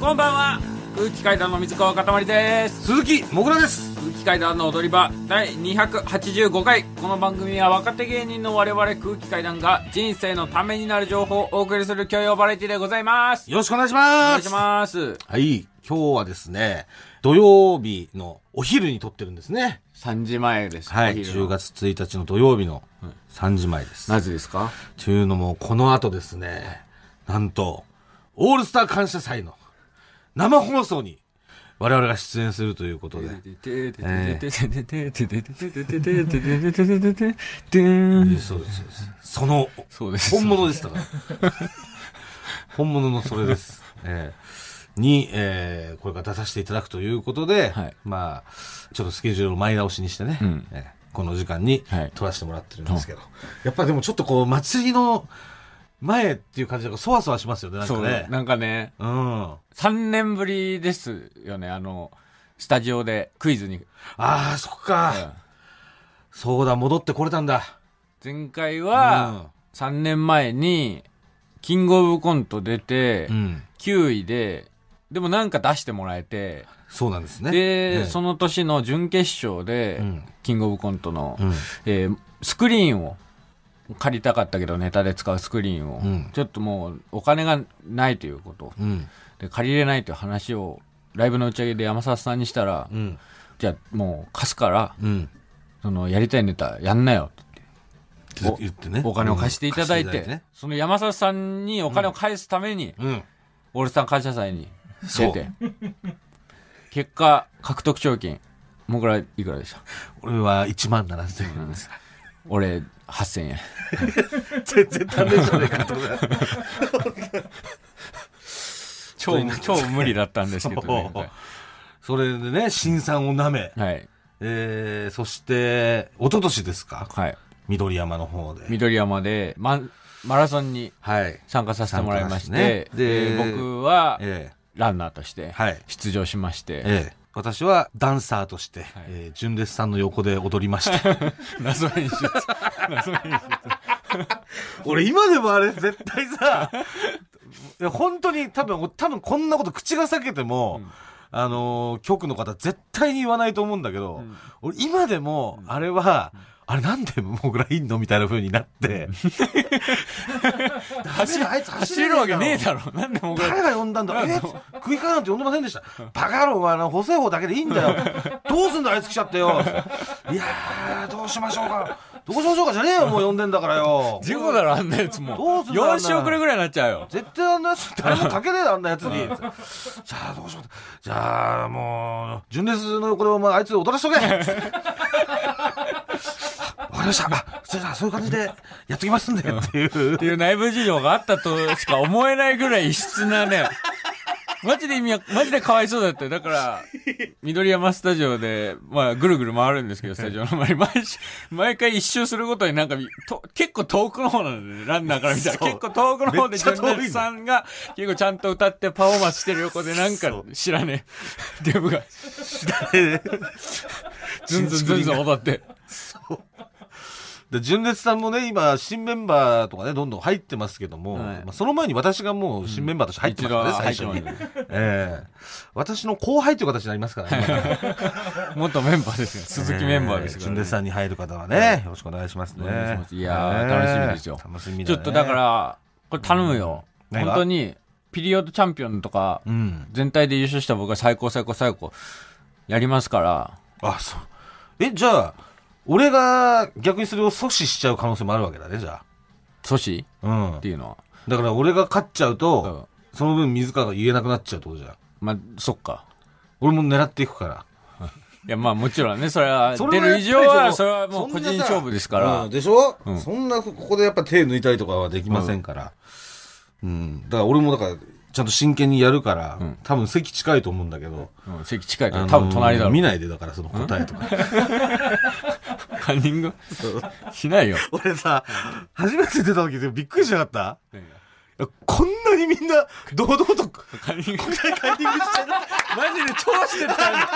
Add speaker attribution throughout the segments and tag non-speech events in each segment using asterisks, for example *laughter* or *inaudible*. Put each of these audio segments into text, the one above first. Speaker 1: こんばんは空気階段の水川かたまりです
Speaker 2: 鈴木もぐらです
Speaker 1: 空気階段の踊り場第285回この番組は若手芸人の我々空気階段が人生のためになる情報をお送りする教養バラエティでございます
Speaker 2: よろしくお願いし
Speaker 1: お願
Speaker 2: ま
Speaker 1: い
Speaker 2: す
Speaker 1: します
Speaker 2: はい今日はですね土曜日のお昼に撮ってるんですね
Speaker 3: 3時前です。
Speaker 2: はい
Speaker 3: お昼
Speaker 2: 10
Speaker 3: の
Speaker 2: 月1日の土曜日の3時前です、
Speaker 3: なぜですか
Speaker 2: というのもこの後ですねなんとオールスター感謝祭の生放送に我々が出演するということでそうですそうですその
Speaker 3: そうです
Speaker 2: 本物ですだから
Speaker 3: *laughs*
Speaker 2: 本物のそれです、ええに、ええこれから出させていただくということで、
Speaker 3: はい
Speaker 2: まあちょっとスケジュールを前倒しにしてね、
Speaker 3: ん
Speaker 2: ええこの時間に
Speaker 3: はい
Speaker 2: 撮らせてもらってるんですけど、やっぱでもちょっとこう祭りの前っていう感じだからそわそわしますよねなんか
Speaker 3: そう
Speaker 2: ね
Speaker 3: なんかね、
Speaker 2: うん
Speaker 3: 3年ぶりですよね、あの、スタジオでクイズに。
Speaker 2: ああ、そっか、
Speaker 3: うん
Speaker 2: そうだ、戻ってこれたんだ。
Speaker 3: 前回は、3年前に、キングオブコント出て
Speaker 2: う、ん。
Speaker 3: 9位で、でもなんか出してもらえて、
Speaker 2: そうなんですね。
Speaker 3: で、
Speaker 2: ね
Speaker 3: その年の準決勝で
Speaker 2: うん、
Speaker 3: キングオブコントの
Speaker 2: うん、
Speaker 3: えースクリーンを借りたかったけどネタで使うスクリーンを、
Speaker 2: うん
Speaker 3: ちょっともうお金がないということ
Speaker 2: うん。
Speaker 3: で借りれないという話をライブの打ち上げで山里さんにしたら、
Speaker 2: うん。
Speaker 3: じゃあもう貸すから
Speaker 2: うん。
Speaker 3: そのやりたいネタやんなよって
Speaker 2: って言ってね。
Speaker 3: お金を貸していただいて,、
Speaker 2: うん貸しね
Speaker 3: その山里さんにお金を返すために、
Speaker 2: うん。
Speaker 3: オールスター感謝祭に
Speaker 2: そ
Speaker 3: 出
Speaker 2: う
Speaker 3: て結果獲得賞金もぐらいくらでした
Speaker 2: 俺は1万7000円です。
Speaker 3: 俺8000円
Speaker 2: 全然足んねえじゃねえかと思って。
Speaker 3: 超超無理だったんですけどね
Speaker 2: そうそれでね、新さんを舐め、
Speaker 3: はい
Speaker 2: えー、そして、一昨年ですか
Speaker 3: はい
Speaker 2: 緑山の方で。
Speaker 3: 緑山でママラソンに
Speaker 2: はい。
Speaker 3: 参加させてもらいまして、
Speaker 2: 参加してね
Speaker 3: で
Speaker 2: で
Speaker 3: 僕は
Speaker 2: ええ
Speaker 3: ランナーとして
Speaker 2: はい
Speaker 3: 出場しまして、
Speaker 2: ええ私はダンサーとして、えー、純烈さんの横で踊りました。
Speaker 3: 謎の演出謎の演出
Speaker 2: 俺今でもあれ絶対さ、いや本当に多分、多分こんなこと口が裂けても、あのー局の方絶対に言わないと思うんだけど、俺今でも、あれは、あれなんでもぐらいいんのみたいな風になって。 *laughs* 走あいつ
Speaker 3: 走れるわけねえ
Speaker 2: ろ。
Speaker 3: だろなんでもこれ
Speaker 2: 誰が呼んだんだえ食い方なんて呼んでませんでした。バカ野郎、お前あの、細い方だけでいいんだよ。どうすんだ、あいつ来ちゃってよ。いやー、どうしましょうか。どうしましょうかじゃねえよ、もう呼んでんだからよ。
Speaker 3: 事故だろあんなやつも
Speaker 2: どうすんだ
Speaker 3: 4週遅れぐらいになっちゃうよ
Speaker 2: 絶対あんなやつ誰もかけねえだあんなやつにじゃあどうしようじゃあもう純烈のこれをまああいつ踊らしとけあわかりましたあじゃあそういう感じでやっときますんでっていう
Speaker 3: っていう内部事情があったとしか思えないぐらい異質なねマジで意味は、マジでかわいそうだったよ。だから、緑山スタジオで、まあ、ぐるぐる回るんですけど、スタジオの周り、毎週、毎回一周するごとになんか、と結構遠くの方なんだよね、ランナーから見たら。
Speaker 2: そう
Speaker 3: 結構遠くの方
Speaker 2: め
Speaker 3: で、
Speaker 2: っ
Speaker 3: ジ
Speaker 2: ちゃ遠いの
Speaker 3: ョンさんが、結構ちゃんと歌ってパフォーマンスしてる横で、なん
Speaker 2: そ
Speaker 3: か、
Speaker 2: う
Speaker 3: 知らねえ、 *laughs* デブが、ずんずんずんずん踊って。
Speaker 2: で純烈さんもね今新メンバーとかねどんどん入ってますけども、
Speaker 3: はい
Speaker 2: まあ、その前に私がもう新メンバーとして入ってますからね、
Speaker 3: うん
Speaker 2: 最初
Speaker 3: 入っ
Speaker 2: に
Speaker 3: てま、
Speaker 2: ええ私の後輩という形になりますからね今
Speaker 3: 元メンバーですよ。鈴木メンバーです
Speaker 2: え
Speaker 3: か
Speaker 2: 純
Speaker 3: ら、
Speaker 2: 烈
Speaker 3: ね。
Speaker 2: さんに入る方はね、よろしくお願いしますね。
Speaker 3: お願いしますいやー楽しみですよ
Speaker 2: 楽しみだね
Speaker 3: ちょっとだか、ら、これ頼むよ。
Speaker 2: 何
Speaker 3: 本
Speaker 2: が
Speaker 3: 当に、ピリオドチャンピオンとか、
Speaker 2: うん。
Speaker 3: 全体で優勝した僕が最高最高最高やりますから
Speaker 2: あ、そう。え、じゃあ、俺が逆にそれを阻止しちゃう可能性もあるわけだね、じゃ
Speaker 3: 阻止
Speaker 2: あ。うん
Speaker 3: っ。ていうのは、
Speaker 2: だから俺が勝っちゃう
Speaker 3: う
Speaker 2: と
Speaker 3: ん、
Speaker 2: その分水川が言えなくなっちゃうってことじゃん。
Speaker 3: まあそっか
Speaker 2: 俺も狙っていくから。
Speaker 3: いやまあもちろんねそれは
Speaker 2: そ
Speaker 3: 出
Speaker 2: れは
Speaker 3: る以上
Speaker 2: やっぱ
Speaker 3: は
Speaker 2: り
Speaker 3: それはもう個
Speaker 2: そんなさ
Speaker 3: 人勝負ですか
Speaker 2: うん
Speaker 3: ら
Speaker 2: でしょ、
Speaker 3: ん
Speaker 2: そんな、ここでやっぱ手抜いたりとかはできませんから。うん。だから俺もだから、ちゃんと真剣にやるから、多分席近いと思うんだけど、
Speaker 3: うん席近いか
Speaker 2: あ
Speaker 3: ら
Speaker 2: の
Speaker 3: 多分隣だろう
Speaker 2: 見ないでだからその答えとか。
Speaker 3: カンニングしないよ
Speaker 2: *laughs* 俺さ、初めて出た時でびっくりしなかったいやこんなにみんな堂々と
Speaker 3: カンニング
Speaker 2: カンニングしてる
Speaker 3: マジで超してたよね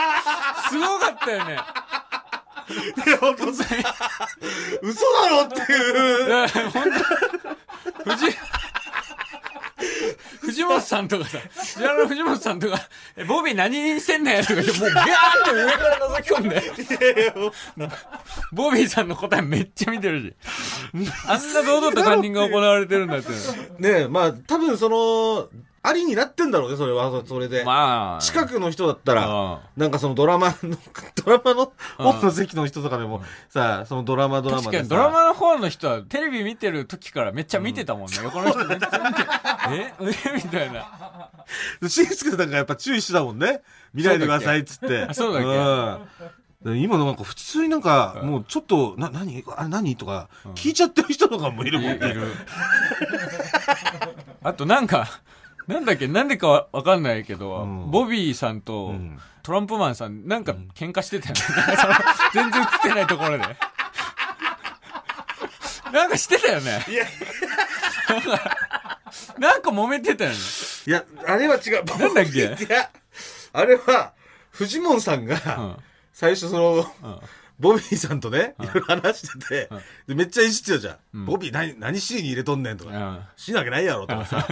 Speaker 3: すごかったよね
Speaker 2: いや本当に嘘だろっていう
Speaker 3: いや本当藤井藤本さんとかさ、知らない藤本さんとか、え、ボビー何してんねんとか言って、もうガーッと上から覗き込んで。ボビーさんの答えめっちゃ見てるし。あんな堂々とカンニングが行われてるんだって。
Speaker 2: ねえ、まあ、多分その、ありになってんだろうね、それは、そそれで。
Speaker 3: まあ。
Speaker 2: 近くの人だったら、
Speaker 3: あ
Speaker 2: なんかそのドラマの、ドラマの
Speaker 3: うん
Speaker 2: 本の席の人とかでも、さ、そのドラマドラマ
Speaker 3: 確
Speaker 2: で
Speaker 3: か
Speaker 2: さ
Speaker 3: にドラマの方の人はテレビ見てる時からめっちゃ見てたもんね。横の人めっちゃ見て、ええみたいな。
Speaker 2: しんすけさんがやっぱ注意してたもんね。見ないでくださいっつって。
Speaker 3: そうだっけ
Speaker 2: うん。今のなんか普通になんか、もうちょっと、な、なにあれ何とか、聞いちゃってる人とかもいるもん
Speaker 3: いい
Speaker 2: ね。
Speaker 3: る。あとなんか、なんだっけ、なんでかわわかんないけど、
Speaker 2: うん
Speaker 3: ボビーさんと、
Speaker 2: うん
Speaker 3: トランプマンさん、なんか喧嘩してたよね。 *laughs* その全然映ってないところで。なんかしてたよね。 *laughs* なんか揉めてたよね。
Speaker 2: *laughs* いや、あれは違う。
Speaker 3: なんだっけ
Speaker 2: いや、あれは、フジモンさん
Speaker 3: う
Speaker 2: が
Speaker 3: ん、
Speaker 2: 最初その、
Speaker 3: うん
Speaker 2: ボビーさんとね、いろいろ話してて、でめっちゃいじってたじゃん。
Speaker 3: ん
Speaker 2: ボビー何、何 C に入れとんねんと
Speaker 3: う
Speaker 2: か、
Speaker 3: ん。
Speaker 2: 死なわけないやろとかさ。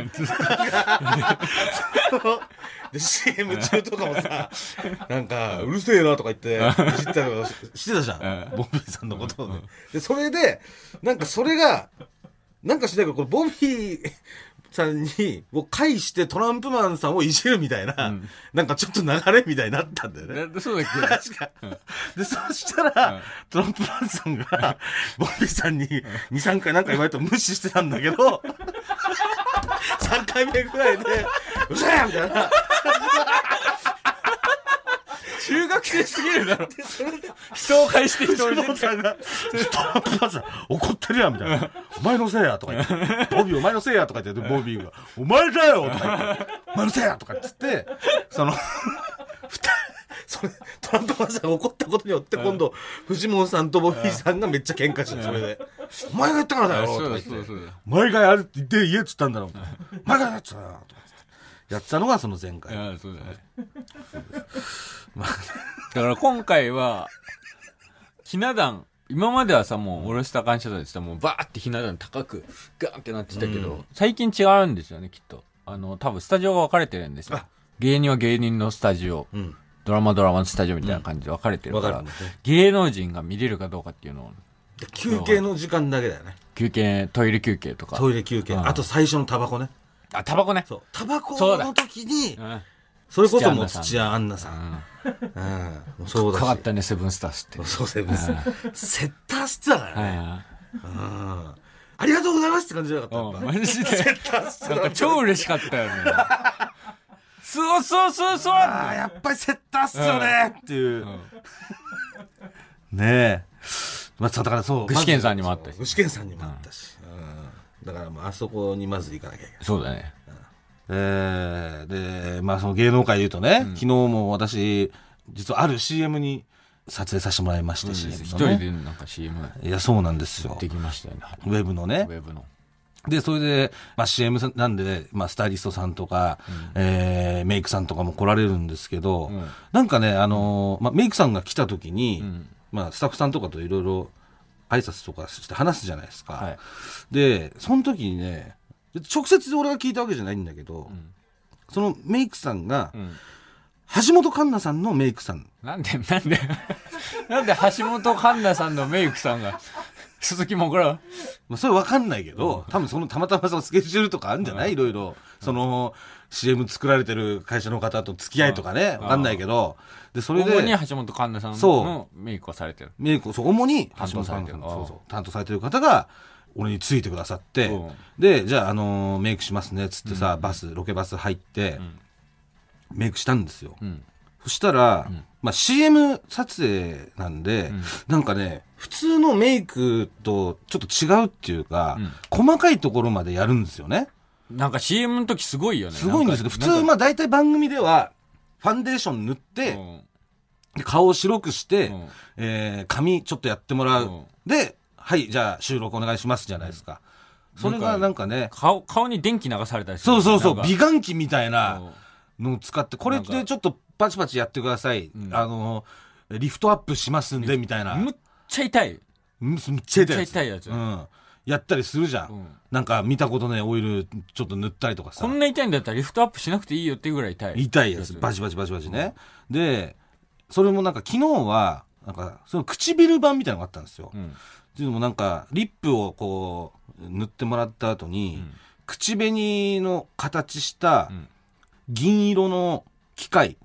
Speaker 2: で、CM 中とかもさ、なんか、うるせえなとか言って、いじったりとかしてたじゃん
Speaker 3: う。ん
Speaker 2: ボビーさんのことをね。で、それで、なんかそれが、なんかしないけど、これボビーさんに、を介してトランプマンさんをいじるみたいな、
Speaker 3: うん
Speaker 2: なんかちょっと流れみたいになったんだよね。
Speaker 3: なそうだっけ
Speaker 2: 確か。で、そしたら、トランプマンさんが、ボビーさんに2、3回なんか言われても無視してたんだけど、3回目ぐらいで、うそやみたいな。
Speaker 3: *laughs* 中学生すぎるだろ。人を返して人を
Speaker 2: ト
Speaker 3: 入れ
Speaker 2: ラン
Speaker 3: て
Speaker 2: プマンさん、怒ってるやん、みたいな。お前のせいや、とか言って。ボビー、お前のせいや、とか言って、でボビーが、お前だよ、とか言って。お前のせいや、とか言って、その、二人それ、トランプマンさんが怒ったことによって、今度、フジモンさんとボビーさんがめっちゃ喧嘩して、それで。お前が言ったからだよ、と
Speaker 3: そ
Speaker 2: か
Speaker 3: う
Speaker 2: 言
Speaker 3: だ
Speaker 2: って
Speaker 3: そう。だそうだ。
Speaker 2: 毎回あるって言って言えっつったんだろう。毎回やっつったなと思ってやってたのがその前回。
Speaker 3: ああそうだね。 *laughs* だから今回は、ひな壇、今まではさ、もう、おろした感謝祭ってさ、もうバーってひな壇高く、ガーンってなってたけど、最近違うんですよね、きっと。あの、多分スタジオが分かれてるんですよ
Speaker 2: あ。
Speaker 3: 芸人は芸人のスタジオ、
Speaker 2: ん
Speaker 3: ドラマドラマのスタジオみたいな感じで分かれてるから、
Speaker 2: うん分かれてますね
Speaker 3: 芸能人が見れるかどうかっていうのを、
Speaker 2: で休憩の時間だけだよね。
Speaker 3: 休憩、トイレ休憩とか。
Speaker 2: トイレ休憩。
Speaker 3: うん
Speaker 2: あと最初のタバコね。
Speaker 3: あ、タバコね。
Speaker 2: そう。タバコ
Speaker 3: そうだ
Speaker 2: の時に
Speaker 3: う、ん。
Speaker 2: それこそもう
Speaker 3: 土
Speaker 2: 土屋アンナさん。うん。もうそうだし。
Speaker 3: 変わったね、セブンスターズって。
Speaker 2: そうセブンス。セッタースってたからね。
Speaker 3: あ
Speaker 2: うん。ありがとうございますって感じじゃなかったやっぱ。 *laughs*
Speaker 3: マジで。
Speaker 2: セッタースっ
Speaker 3: な
Speaker 2: て
Speaker 3: ん
Speaker 2: た
Speaker 3: か超嬉しかったよね。そうそうそうそう
Speaker 2: ああ、やっぱりセッターっすよねっていう。ねえ。まあ、そうだからそう。
Speaker 3: 具志堅さんにもあったし
Speaker 2: し。具志堅さんにもあったし。うんだからまあ、あそこにまず行かなきゃいけない。
Speaker 3: そうだね。
Speaker 2: えー、で、まあ、その芸能界で言うとね、昨日も私、実はある CM に撮影させてもらいまして、CM
Speaker 3: 一
Speaker 2: の
Speaker 3: 人
Speaker 2: ね。
Speaker 3: でなんか CM
Speaker 2: いや、そうなんですよ。
Speaker 3: できましたよね。
Speaker 2: ウェブの
Speaker 3: ウ
Speaker 2: ね。
Speaker 3: ェブの。
Speaker 2: で、それで、まあ、CM さんなんで、まあ、スタイリストさんとか、えーメイクさんとかも来られるんですけど、
Speaker 3: ん
Speaker 2: なんかね、あのーまあ、メイクさんが来た時に、
Speaker 3: ん
Speaker 2: まあ、スタッフさんとかといろいろ挨拶とかして話すじゃないですか。
Speaker 3: はい
Speaker 2: で、その時にね、直接俺が聞いたわけじゃないんだけど、
Speaker 3: ん
Speaker 2: そのメイクさんが、
Speaker 3: ん
Speaker 2: 橋本環奈さんのメイクさん。
Speaker 3: なんで、なんで、なんで橋本環奈さんのメイクさんが、鈴木もぐら、
Speaker 2: まあ、それわかんないけど、多分そのたまたまそのスケジュールとかあるんじゃないいろいろ。その、CM 作られてる会社の方と付き合いとかね、わかんないけど。で、それ
Speaker 3: 主に
Speaker 2: で、
Speaker 3: 橋本環奈さんの
Speaker 2: そ
Speaker 3: メイクをされてる。
Speaker 2: メイク、そう、主に
Speaker 3: 担当されてる
Speaker 2: 橋本
Speaker 3: ああ
Speaker 2: さんそうそう、担当されてる方が、俺についてくださって、
Speaker 3: うん
Speaker 2: で、じゃあ、あのーメイクしますね、つってさ、バス、ロケバス入って、メイクしたんですよ。
Speaker 3: うん。
Speaker 2: そしたら、まあ、CM 撮影なんで、なんかね、普通のメイクとちょっと違うっていうか、細かいところまでやるんですよね。
Speaker 3: なんか CM の時すごいよね。
Speaker 2: すごいんですけど、普
Speaker 3: な
Speaker 2: 通、
Speaker 3: んか
Speaker 2: まあ大体番組では、ファンデーション塗って、
Speaker 3: うん
Speaker 2: で顔を白くして、
Speaker 3: うん
Speaker 2: えー髪ちょっとやってもらう。
Speaker 3: うん
Speaker 2: で、はい、じゃあ収録お願いしますじゃないですか。それがなんかね、
Speaker 3: 顔、顔に電気流されたりする
Speaker 2: そうそうそう
Speaker 3: な、んか
Speaker 2: 美顔器みたいうなんのを使って、これでちょっとパチパチやってください。
Speaker 3: ん
Speaker 2: あの、リフトアップしますんで、みたいな。
Speaker 3: むっちゃ痛い。
Speaker 2: むむっちゃ痛
Speaker 3: むっ
Speaker 2: いやつ。
Speaker 3: ちゃ痛いやつ
Speaker 2: うん。やったりするじゃん。
Speaker 3: ん
Speaker 2: なんか見たことないオイルちょっと塗ったりとかさ
Speaker 3: こ。んな痛いんだったらリフトアップしなくていいよっていうぐらい痛い。
Speaker 2: 痛いやつ、バチバチバチバチね。で、それもなんか昨日は、なんかその唇版みたいなのがあったんですよ。
Speaker 3: ん
Speaker 2: っていうのもなんか、リップをこう、塗ってもらった後に、口紅の形した
Speaker 3: ん
Speaker 2: 銀色の機械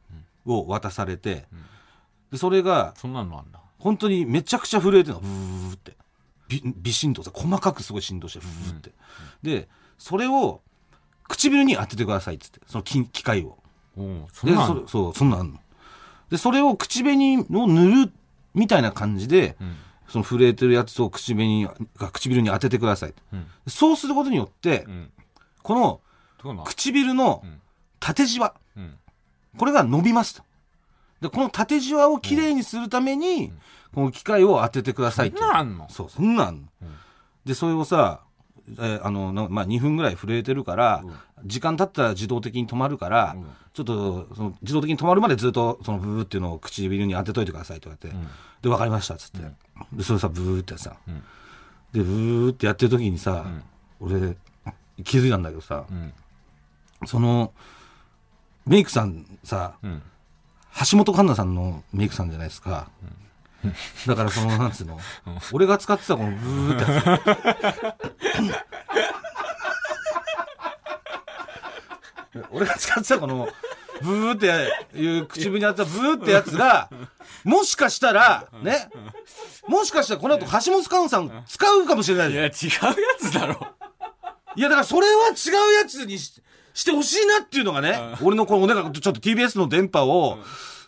Speaker 2: を渡されて、でそれが
Speaker 3: そんなのあんだ。
Speaker 2: 本当にめちゃくちゃ震えてるの、ブーって。び微振動さ、細かくすごい振動して、ブーって。で、それを唇に当ててくださいっつって、その機機械を。
Speaker 3: うん。そん
Speaker 2: で、
Speaker 3: なのあ
Speaker 2: そ
Speaker 3: ん
Speaker 2: れ
Speaker 3: の
Speaker 2: そう、そんなんあんの。で、それを口紅を塗るみたいな感じで、
Speaker 3: ん
Speaker 2: その震えてるやつを口紅が唇に当ててくださいと。
Speaker 3: うん
Speaker 2: そうすることによって、
Speaker 3: うん。
Speaker 2: この
Speaker 3: どうなの
Speaker 2: 唇の
Speaker 3: うん
Speaker 2: 縦じわ、
Speaker 3: うん。
Speaker 2: これが伸びますと。で、この縦じわをきれいにするために、この機械を当ててくださいと。
Speaker 3: そんなんあんの
Speaker 2: そう、そんなんあんので、それをさ、えーあの、なまあ、2分ぐらい震えてるから、時間経ったら自動的に止まるから、
Speaker 3: うん
Speaker 2: ちょっと、その、自動的に止まるまでずっと、その、ブーっていうのを唇に当てといてくださいって言われて、で、わかりました、っつって。で、それさ、ブーってさ、
Speaker 3: ん
Speaker 2: で、ブーってやってる時にさ、俺、気づいたんだけどさ、
Speaker 3: ん
Speaker 2: その、メイクさんさ、
Speaker 3: うん。
Speaker 2: 橋本環奈さんのメイクさんじゃないですか。だからその、なんつうの、俺が使ってたこのブーってやつ。俺が使ってたこの、ブーっていう口ぶにあったブーってやつが、もしかしたら、ね、もしかしたらこの後橋本環奈さん使うかもしれない
Speaker 3: い
Speaker 2: じゃん
Speaker 3: や、違うやつだろ。
Speaker 2: いや、だからそれは違うやつにししてほしいなっていうのがね、俺のこのお願い、ちょっと TBS の電波を、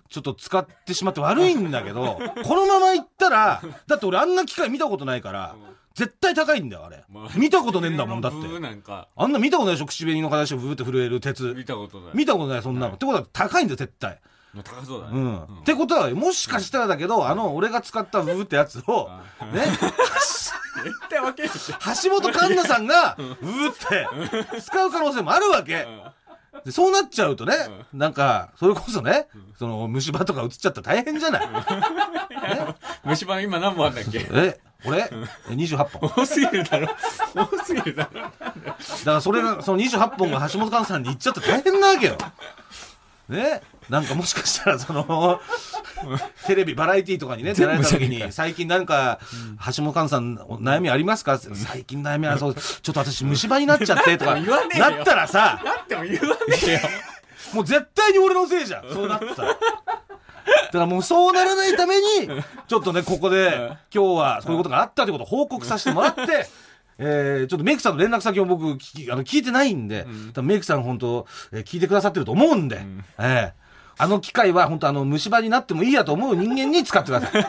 Speaker 2: ちょっと使ってしまって悪いんだけ *laughs* ど、このまま行ったら、だって俺あんな機械見たことないから、絶対高いんだよ、あれ。見たことねえんだもん、だって。
Speaker 3: ブーなんか、
Speaker 2: あんな見たことないでしょ、口紅の形をブーって震える鉄
Speaker 3: 見。たことない。
Speaker 2: 見たことない、そんなの。ってことは高いんだよ、絶対。
Speaker 3: 高そうだ
Speaker 2: う
Speaker 3: ね。
Speaker 2: ん。ってことは、もしかしたらだけど、あの、俺が使ったブーってやつを、ね、
Speaker 3: 絶対分けるでしょ。
Speaker 2: 橋本環奈さんが、うーって、使う可能性もあるわけ。でそうなっちゃうとね、なんか、それこそね、その、虫歯とか映っちゃったら大変じゃない。
Speaker 3: 虫歯今何本あんだっけ
Speaker 2: え、俺、え28本。だか
Speaker 3: 多すぎるだろ。多すぎるだろ。
Speaker 2: らそれが、その28本が橋本環奈さんに行っちゃったら大変なわけよ。ね、なんかもしかしたら、その、テレビ、バラエティーとかにね、出られた時に、最近なんか、橋本環奈さん、お悩みありますか最近悩みあるそうですちょっと私虫歯になっちゃって、とか、
Speaker 3: 言わねえよ
Speaker 2: なったらさ、
Speaker 3: だっても言わねえよ。
Speaker 2: もう絶対に俺のせいじゃん。 *laughs* そうなってたら。だからもうそうならないために、ちょっとね、ここで、今日はそういうことがあったということを報告させてもらって、 *laughs* えー、ちょっとメイクさんの連絡先を僕聞きあの聞いてないんで、多分メイクさん本当、えー聞いてくださってると思うんで、えーあの機械は本当あの虫歯になってもいいやと思う人間に使ってくだ *laughs* さい。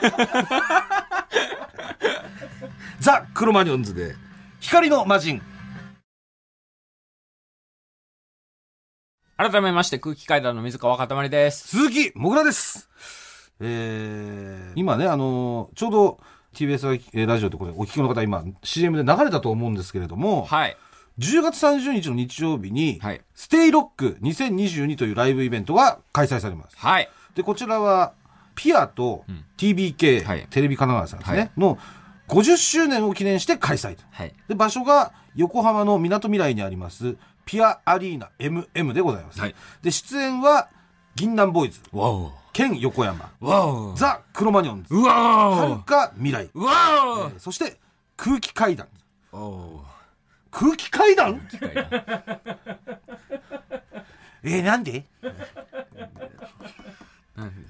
Speaker 2: ザ・クロマニョンズで、光の魔人。
Speaker 1: 改めまして空気階段の水川かたまりです。
Speaker 2: 鈴木もぐらです。えー、今ね、あのーちょうど TBS ラジオでこれお聞きの方、今 CM で流れたと思うんですけれども、
Speaker 1: はい。
Speaker 2: 10月30日の日曜日に、
Speaker 1: はい
Speaker 2: ステイロック2022というライブイベントが開催されます。
Speaker 1: はい。
Speaker 2: で、こちらは、ピアと TBK、
Speaker 1: はい
Speaker 2: テレビ神奈川さんですね、
Speaker 1: はい
Speaker 2: の50周年を記念して開催と。
Speaker 1: はい。
Speaker 2: で、場所が横浜のみなとみらいにあります、ピアアリーナ MM でございます。
Speaker 1: はい
Speaker 2: で、出演は、銀杏ボーイズ、
Speaker 1: わお。
Speaker 2: 県横山、
Speaker 1: わお。
Speaker 2: ザ・クロマニョンズ、
Speaker 1: う
Speaker 2: は
Speaker 1: わ
Speaker 2: るか未来、
Speaker 1: お。わ
Speaker 2: そして空気階段。
Speaker 1: お。お
Speaker 2: 空気階段
Speaker 1: 機械だ。
Speaker 2: えー、なんで
Speaker 1: なんで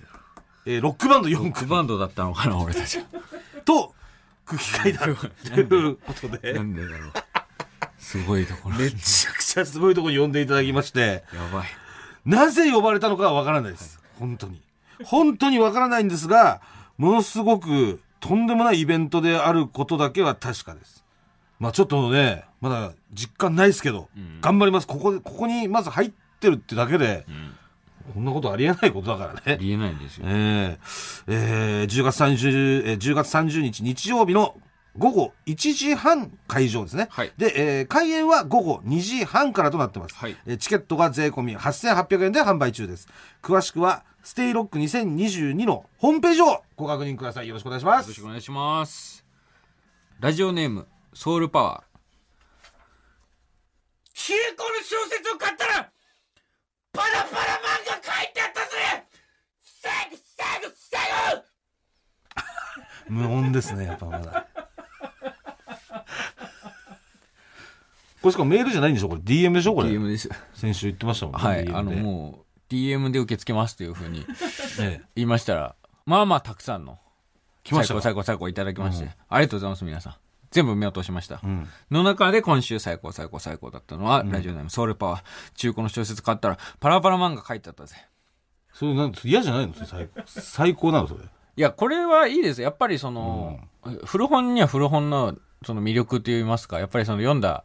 Speaker 2: えー、ロックバンド4
Speaker 1: ク
Speaker 2: 組
Speaker 1: バンドだったの
Speaker 3: *laughs*
Speaker 1: かな、俺たち。
Speaker 2: と空気階段ということで
Speaker 1: な、んでだろう。すごいところ。
Speaker 2: めちゃくちゃすごいところに呼んでいただきまして、
Speaker 1: やばい。
Speaker 2: なぜ呼ばれたのかはわからないです。本当に。本当にわからないんですが、ものすごくとんでもないイベントであることだけは確かです。まあちょっとね、まだ実感ないですけど、頑張ります。ここで、ここにまず入ってるってだけで、こんなことありえないことだから
Speaker 1: あ
Speaker 2: ね。
Speaker 1: りえないんですよ。
Speaker 2: ええええ10月30、えー10月30日日曜日の午後1時半会場ですね。
Speaker 1: はい
Speaker 2: で、えー開演は午後2時半からとなってます。
Speaker 1: はい
Speaker 2: えーチケットが税込み8800円で販売中です。詳しくは、ステイロック2022のホームページをご確認ください。よろしくお願いしま
Speaker 1: よろし
Speaker 2: す
Speaker 1: くお。願いします。ラジオネーム、
Speaker 3: ソウルパワ
Speaker 1: ひえこの小説を買ったらパラパラ漫画書いてあったぜセグセグセグ
Speaker 2: 無音ですねやっぱまだこれしかもメールじゃないんでしょこれ DM でしょこ
Speaker 3: ー。
Speaker 2: れ
Speaker 3: DM です。
Speaker 2: 先週言ってましたもんね
Speaker 3: はい。
Speaker 2: DM
Speaker 3: あの、
Speaker 2: で
Speaker 3: もう、DM で受け付けますというふうに
Speaker 2: ええ
Speaker 3: 言いましたら、まあまあたくさんの、
Speaker 2: 来ましたか
Speaker 3: 最高最高最高いただきまして、ありがとうございます、皆さん。全部目を通しました。
Speaker 2: うん
Speaker 3: の中で今週最高最高最高だったのは、ラジオネームソウルパワー。中古の小説買ったら、パラパラ漫画書いてあったぜ。
Speaker 2: それなん嫌じゃないのそれ最最高なのそれ
Speaker 3: いや、これはいいです。やっぱりその、古本には古本のその魅力といいますか、やっぱりその読んだ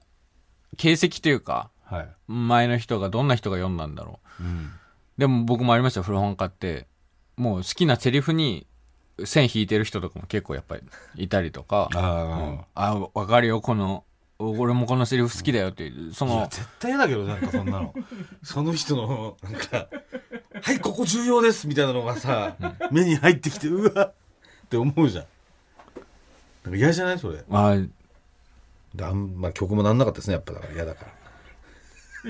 Speaker 3: 形跡というか、
Speaker 2: はい、
Speaker 3: 前の人がどんな人が読んだんだろ
Speaker 2: うん、
Speaker 3: う。でも僕もありましたよ古本買って、もう好きなセリフに線引いてる人とかも結構やっぱりいたりとか、
Speaker 2: *laughs* あ
Speaker 3: あ、わかるよ、この、俺もこのセリフ好きだよっていう、そ
Speaker 2: あ、いや
Speaker 3: の、
Speaker 2: 絶対嫌だけどなんかそんなの *laughs* その人のなんか「はいここ重要です」みたいなのがさ、目に入ってきてうわって思うじゃんなんか嫌じゃないそれ
Speaker 3: まあ、
Speaker 2: であんまあ曲もなんなかったですねやっぱだから嫌だから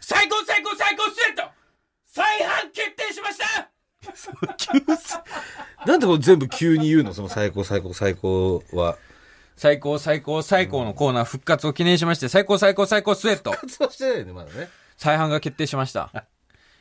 Speaker 1: 最高最高最高スレッド再販決定しました
Speaker 2: なんでこれ全部急に言うのその最高最高最高は。
Speaker 3: 最高最高最高のコーナー復活を記念しまして、最高最高最高スウェット
Speaker 2: そうしてないよね、まだね。
Speaker 3: 再販が決定しま
Speaker 2: *laughs*
Speaker 3: した。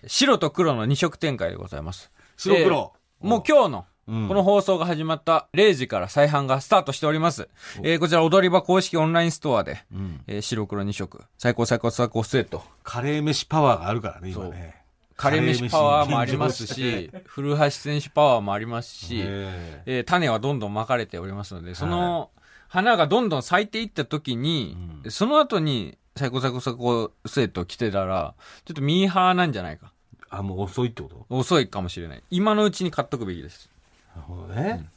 Speaker 3: 白と黒の2色展開でございます。
Speaker 2: 白黒
Speaker 3: でもう今日の、
Speaker 2: うん
Speaker 3: この放送が始まった0時から再販がスタートしております。えーこちら踊り場公式オンラインストアで、えー白黒2色、最高最高最高スウェット、
Speaker 2: カレー飯パワーがあるからね、今ね。
Speaker 3: カレー飯パワーもありますし、古橋選手パワーもありますし、
Speaker 2: ええ、
Speaker 3: えー種はどんどんまかれておりますので、その花がどんどん咲いていった時に、その後に、最高最高最高スウェットを着てたら、ちょっとミーハーなんじゃないか。
Speaker 2: あ、もう遅いってこと
Speaker 3: 遅いかもしれない。今のうちに買っとくべきです。
Speaker 2: なるほどね。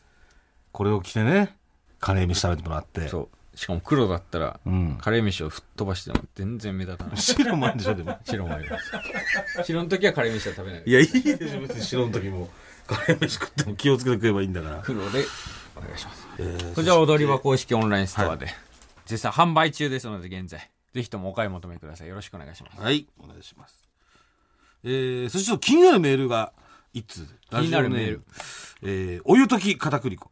Speaker 2: これを着てね、カレー飯食べてもらって。
Speaker 3: そう。しかも黒だったら、
Speaker 2: うん。 *laughs*
Speaker 3: カレー飯を吹っ飛ばしても全然目立たない。
Speaker 2: 白もあるんでしょ、でも。
Speaker 3: 白もあります。白の時はカレー飯は食べない。
Speaker 2: いや、いいでしょ、別に白の時も。カレー飯食っても気をつけて食えばいいんだから。
Speaker 3: 黒でお願いします。
Speaker 2: ええ
Speaker 3: こちら踊り場公式オンラインストアで、絶賛販売中ですので現在、ぜひともお買い求めください。よろしくお願いします。
Speaker 2: はい、お願いします。えー、そしてちょっと気になるメールが一通。気
Speaker 3: になるメール。
Speaker 2: えー、お湯溶き片栗粉。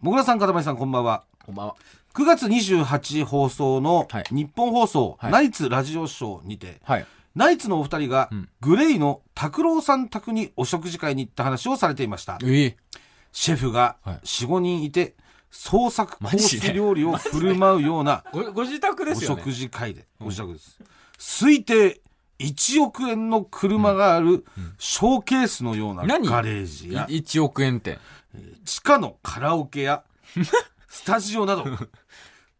Speaker 2: もぐらさん、かたまりさん、こんばんは。
Speaker 3: こんばんは。
Speaker 2: 9月28放送の
Speaker 3: はい
Speaker 2: 日本放送、
Speaker 3: はい
Speaker 2: ナイツラジオショーにて、
Speaker 3: はい。
Speaker 2: ナイツのお二人が、
Speaker 3: ん
Speaker 2: グレイの拓郎さん宅にお食事会に行った話をされていました。
Speaker 3: ええ
Speaker 2: シェフが
Speaker 3: はい
Speaker 2: 4、5人いて、創作コー
Speaker 3: マジで
Speaker 2: ス料理を振る舞うような
Speaker 3: ごご自宅で
Speaker 2: お
Speaker 3: すよね
Speaker 2: 食事会で、ご自宅です。推定1億円の車があるショーケースのような
Speaker 3: 何
Speaker 2: ガレージや、
Speaker 3: い1億円店
Speaker 2: 地下のカラオ
Speaker 3: *laughs*
Speaker 2: ケや、スタジオなど、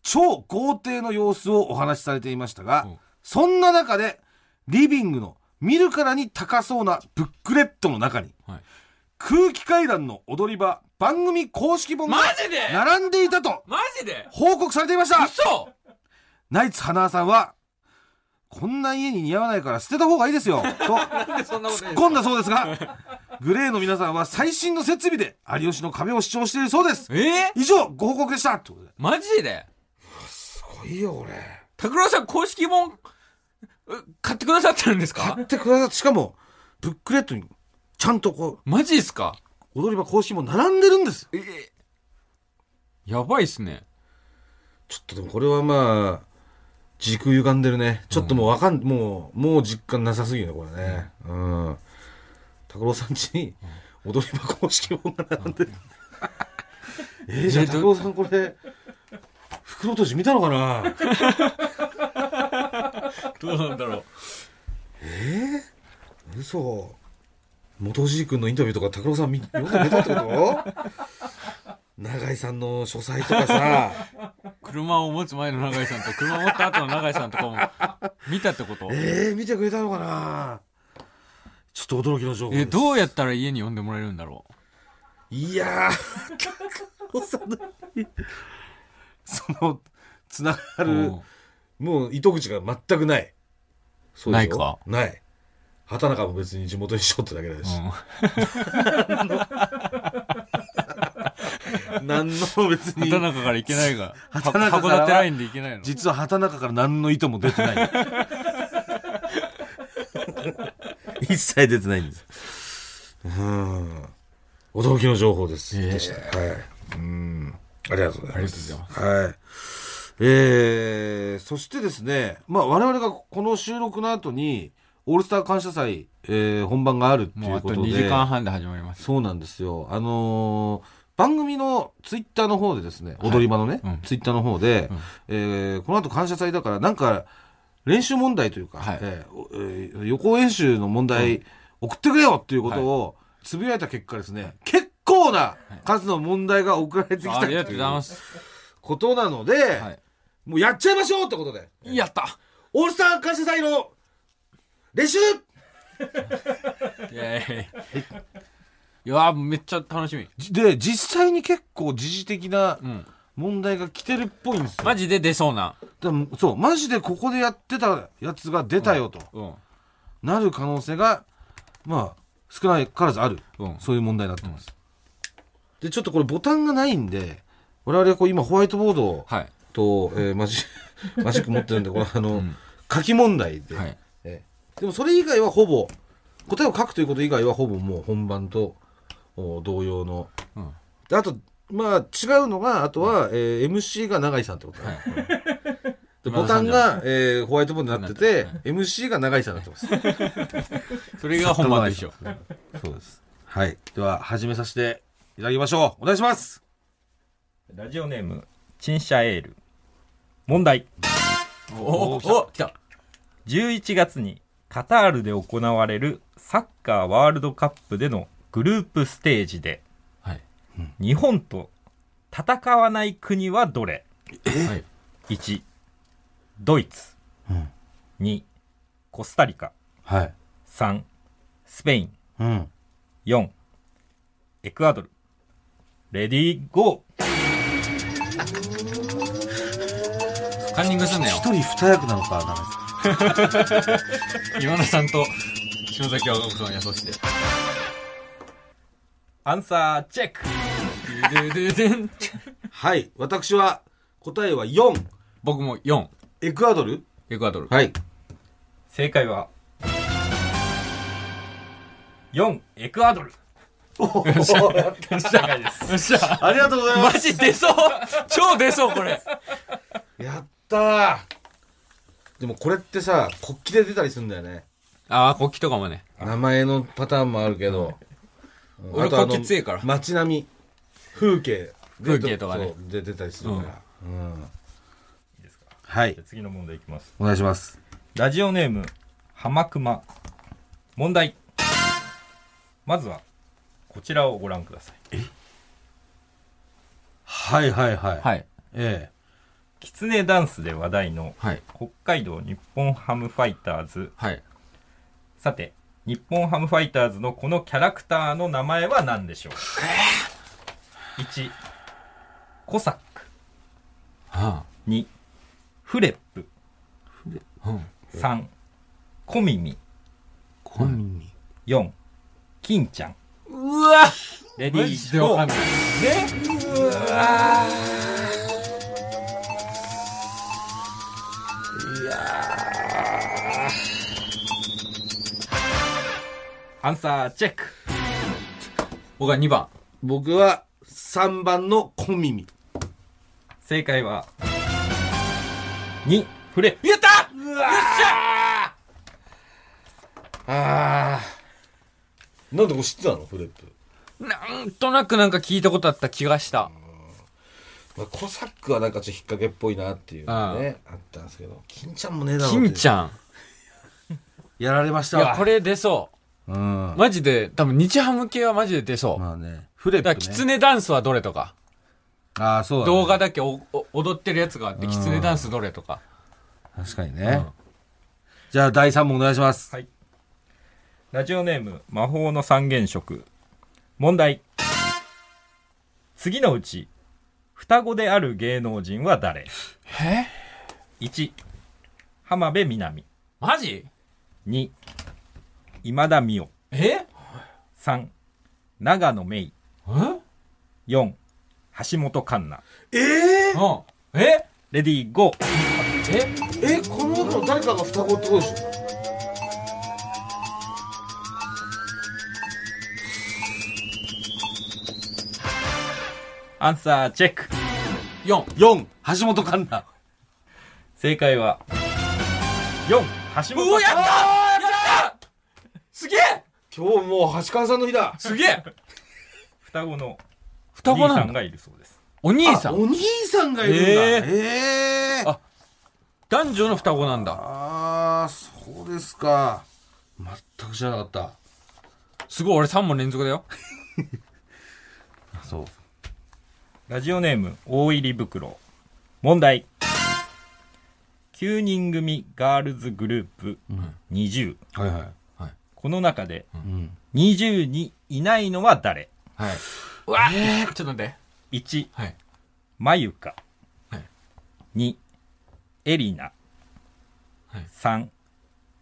Speaker 2: 超豪邸の様子をお話しされていましたが
Speaker 3: うん、
Speaker 2: そんな中で、リビングの見るからに高そうなブックレットの中に、
Speaker 3: はい
Speaker 2: 空気階段の踊り場、番組公式本が
Speaker 3: マジで
Speaker 2: 並んでいたと
Speaker 3: マジで
Speaker 2: 報告されていました
Speaker 3: 嘘
Speaker 2: ナイツ花輪さんは、こんな家に似合わないから捨てた方がいいです
Speaker 3: *laughs*
Speaker 2: よ、と
Speaker 3: そんなこと
Speaker 2: 突っ込んだそうですが、グレーの皆さんは最新の設備で有吉の壁を主張しているそうです。
Speaker 3: ええ
Speaker 2: 以上、ご報告でした。ってことで。
Speaker 3: マジです
Speaker 2: ごいよ、これ。
Speaker 3: 拓郎さん公式本う買ってくださってるんですか
Speaker 2: 買ってくださって、しかも、ブックレットに、ちゃんとこ
Speaker 3: マジですか
Speaker 2: う、踊り場公式も並んでるんです。
Speaker 3: ええやばいっすね
Speaker 2: ちょっとでもこれはまあ、時空歪んでるね。ちょっともうわかん、もう、もう実感なさすぎるね、これね。うん。拓郎さん家に、踊り場公式も並んでる。 *laughs* えー、じゃあ
Speaker 3: えーど
Speaker 2: 拓郎さんこれ、袋閉じ見たのかな
Speaker 3: どうなんだろう
Speaker 2: 嘘元じい君のインタビューとか拓郎さん見 *laughs* 読んでくれたってこと永井さんの書斎とか *laughs* さ
Speaker 3: 車を持つ前の永井さんと車を持った後の永井さんとかも見たってこと
Speaker 2: えー、見てくれたのかなちょっと驚きの情報で
Speaker 3: え
Speaker 2: す
Speaker 3: どうやったら家に呼んでもらえるんだろ
Speaker 2: いやー拓郎さんの *laughs* そのつなが
Speaker 3: う
Speaker 2: る
Speaker 3: うん
Speaker 2: もう糸口が全くないそでしょ
Speaker 3: な
Speaker 2: ない畑中も別に地元にしようってだけだし、
Speaker 3: うん
Speaker 2: 何の別に
Speaker 3: 畑中から行けない *laughs* が。
Speaker 2: 畑中か
Speaker 3: 函
Speaker 2: らは
Speaker 3: 館ラインで行けないの。
Speaker 2: 実は畑中から何の意図も出てない *laughs* 一切出てないんですうん驚きの情報です、でしたはいうんありがとうございます
Speaker 3: ありがとう
Speaker 2: はいえー、そしてですね、まあ、我々がこの収録の後にオールスター感謝祭、えー本番があるってい
Speaker 3: もう
Speaker 2: う
Speaker 3: あ
Speaker 2: こととで
Speaker 3: 2時間半で始まります。
Speaker 2: そうなんですよ。あのー番組のツイッターの方でですね、踊り場のね、
Speaker 3: うん
Speaker 2: ツイッターの方で、
Speaker 3: うん
Speaker 2: えーこの後感謝祭だから、なんか、練習問題というか、
Speaker 3: はい
Speaker 2: えーおえー予行演習の問題、送ってくれよっていうことを、つぶやいた結果ですね、結構な数の問題が送られてきた
Speaker 3: あ
Speaker 2: と
Speaker 3: り
Speaker 2: い
Speaker 3: がとうございま
Speaker 2: う
Speaker 3: す。
Speaker 2: ことなので、
Speaker 3: はい
Speaker 2: もうやっちゃいましょうってことで、
Speaker 3: やった
Speaker 2: オールスター感謝祭の練習
Speaker 3: イェーイ。いやー、めっちゃ楽しみ。
Speaker 2: で、実際に結構時事的な
Speaker 3: うん。
Speaker 2: 問題が来てるっぽいんですよ。
Speaker 3: マジで出そうな。
Speaker 2: でもそうマジでここでやってたやつが出たよと、
Speaker 3: うん。
Speaker 2: なる可能性がまあ少ないからずある、
Speaker 3: うん
Speaker 2: そういう問題になってます、でちょっとこれボタンがないんで我々はこう今ホワイトボードを
Speaker 3: はい。
Speaker 2: と、えー
Speaker 3: *laughs*
Speaker 2: マジマジック持ってるんでこのあの、
Speaker 3: ん
Speaker 2: 書き問題で、
Speaker 3: はい。
Speaker 2: えーでもそれ以外はほぼ答えを書くということ以外はほぼもう本番とお同様の
Speaker 3: うん。
Speaker 2: であとまあ違うのがあとは、えー MC が永井さんってことだね
Speaker 3: はい。
Speaker 2: で
Speaker 3: 今田
Speaker 2: ボタ
Speaker 3: さん
Speaker 2: ン
Speaker 3: じゃ
Speaker 2: が、えーホワイトボードになってて、MC が永井さんになってます。
Speaker 3: それが本番でしょ。
Speaker 2: そうです。はい。では、始めさせていただきましょう。お願いします。
Speaker 4: ラジオネーム、チンシャエール。問題。
Speaker 3: おお、来た。
Speaker 4: 11月にカタールで行われるサッカーワールドカップでのグループステージで、
Speaker 3: はい
Speaker 4: 日本と戦わない国はどれ
Speaker 3: はい。
Speaker 4: ?1、ドイツ。
Speaker 2: うん
Speaker 4: 2、コスタリカ。
Speaker 2: はい。
Speaker 4: 3、スペイン。
Speaker 2: うん。
Speaker 4: 4、エクアドル。レディーゴ
Speaker 3: カンニングすんなよ
Speaker 2: 一。人二役なのか、永井さ
Speaker 3: 今田さんと篠崎和歌子さんを予想して。
Speaker 4: ー。アンサーチェック
Speaker 3: ドゥドゥドゥン
Speaker 2: んはい。私は、答えは4。
Speaker 3: 僕も4、
Speaker 2: エクアドル
Speaker 3: エクアドル。
Speaker 2: はい。
Speaker 4: 正解は4エクアドル *laughs* 正解です
Speaker 3: よっしゃ
Speaker 2: ありがとうございま
Speaker 3: マ
Speaker 2: す。
Speaker 3: ジ出そう超出そうこれ
Speaker 2: やったー。でもこれってさ、国旗で出たりするんだよね。
Speaker 3: ああ、国旗とかもね。
Speaker 2: 名前のパターンもあるけど。うん
Speaker 3: 俺
Speaker 2: あとあの
Speaker 3: 国旗強いから
Speaker 2: 街並み、風景。
Speaker 3: 風景とかね
Speaker 2: そう。で出たりするから。うん
Speaker 4: いいですか
Speaker 2: はい
Speaker 4: じゃあ。次の問題いきます
Speaker 2: お願いします。
Speaker 4: ラジオネーム浜熊問題まずはこちらをご覧ください
Speaker 2: はいはいはい。
Speaker 3: はい。
Speaker 2: え
Speaker 4: キツネダンスで話題の
Speaker 3: はい。
Speaker 4: 北海道日本ハムファイターズ
Speaker 3: はい。
Speaker 4: さて日本ハムファイターズのこのキャラクターの名前は何でしょう1コサック
Speaker 3: は
Speaker 4: 2フレップ
Speaker 3: あ。うん。
Speaker 4: 3小耳
Speaker 2: え本人。
Speaker 4: 4金ちゃん
Speaker 3: うわ
Speaker 4: レデ
Speaker 3: マ
Speaker 4: ィ
Speaker 3: ジで
Speaker 4: ー
Speaker 3: わ
Speaker 4: ゴ
Speaker 3: か
Speaker 4: ー
Speaker 3: んない。
Speaker 4: アンサーチェック
Speaker 3: 僕は2番。
Speaker 2: 僕は3番の小耳。
Speaker 4: 正解は2フレ
Speaker 3: やった
Speaker 2: ああ。なんでこれ知ってたのフレップ。
Speaker 3: なんとなくなんか聞いたことあった気がした。
Speaker 2: まあ、コサックはなんかちょっと引っ掛けっぽいなっていうのがね、あったんですけど。金ちゃんもねえだろうってい
Speaker 3: 金
Speaker 2: う。
Speaker 3: ちゃ
Speaker 2: やられまし
Speaker 3: ん。
Speaker 2: た
Speaker 3: い
Speaker 2: わ
Speaker 3: や、これ出そ
Speaker 2: うん。
Speaker 3: う。
Speaker 2: ま
Speaker 3: マジで、多分日ハム系はマジで出そう。
Speaker 2: あね。フレッ
Speaker 3: だから、
Speaker 2: プ、
Speaker 3: キ
Speaker 2: ね。
Speaker 3: ツネダンスはどれとか。
Speaker 2: ああ、そうだ、ね。
Speaker 3: 動画だけおお踊ってるやつがあって、キツネダンスどれとか。
Speaker 2: 確かにね。じゃあ第3問お願いします。
Speaker 4: はいラジオネーム魔法の三原色問題次のうち双子である芸能人は誰
Speaker 3: え
Speaker 4: 1浜辺美波
Speaker 3: マジ
Speaker 4: 2今田美桜
Speaker 3: え
Speaker 4: 3長野芽
Speaker 3: え
Speaker 4: 衣4橋本環奈。
Speaker 2: ええ
Speaker 3: うん。え
Speaker 4: レディーゴー。
Speaker 3: え
Speaker 2: えこの後誰かが双子ってことでしょ
Speaker 4: アンサーチェック。
Speaker 3: ?4。
Speaker 2: 4橋本環奈
Speaker 4: 正解は、4、橋
Speaker 3: う
Speaker 4: 本
Speaker 3: お、やった
Speaker 4: 環奈。
Speaker 3: やったすげえ
Speaker 2: 今日もう橋川さんの日だ
Speaker 3: すげえ
Speaker 4: 双子の
Speaker 3: *laughs* 双子
Speaker 4: 兄
Speaker 3: な
Speaker 4: さ
Speaker 3: ん
Speaker 4: ん
Speaker 3: だ。
Speaker 4: がいるそうです。
Speaker 3: お兄さ
Speaker 2: あ
Speaker 3: ん。
Speaker 2: お兄さんがいるんだ
Speaker 3: え
Speaker 2: ええ
Speaker 3: あ男女の双子なんだ。
Speaker 2: ああそうですか全く知らなかった
Speaker 3: すごい、俺3問連続だよ。
Speaker 2: そう
Speaker 4: ラジオネーム、大入り袋。問題。9人組ガールズグループ20。
Speaker 2: はいはい
Speaker 4: この中で
Speaker 2: うん
Speaker 4: 20にいないのは誰
Speaker 3: はい。うわ、えちょっと待って。
Speaker 4: ?1、
Speaker 3: はい。
Speaker 4: まゆか。
Speaker 3: はい
Speaker 4: 2、エリナ。
Speaker 3: はい
Speaker 4: 3、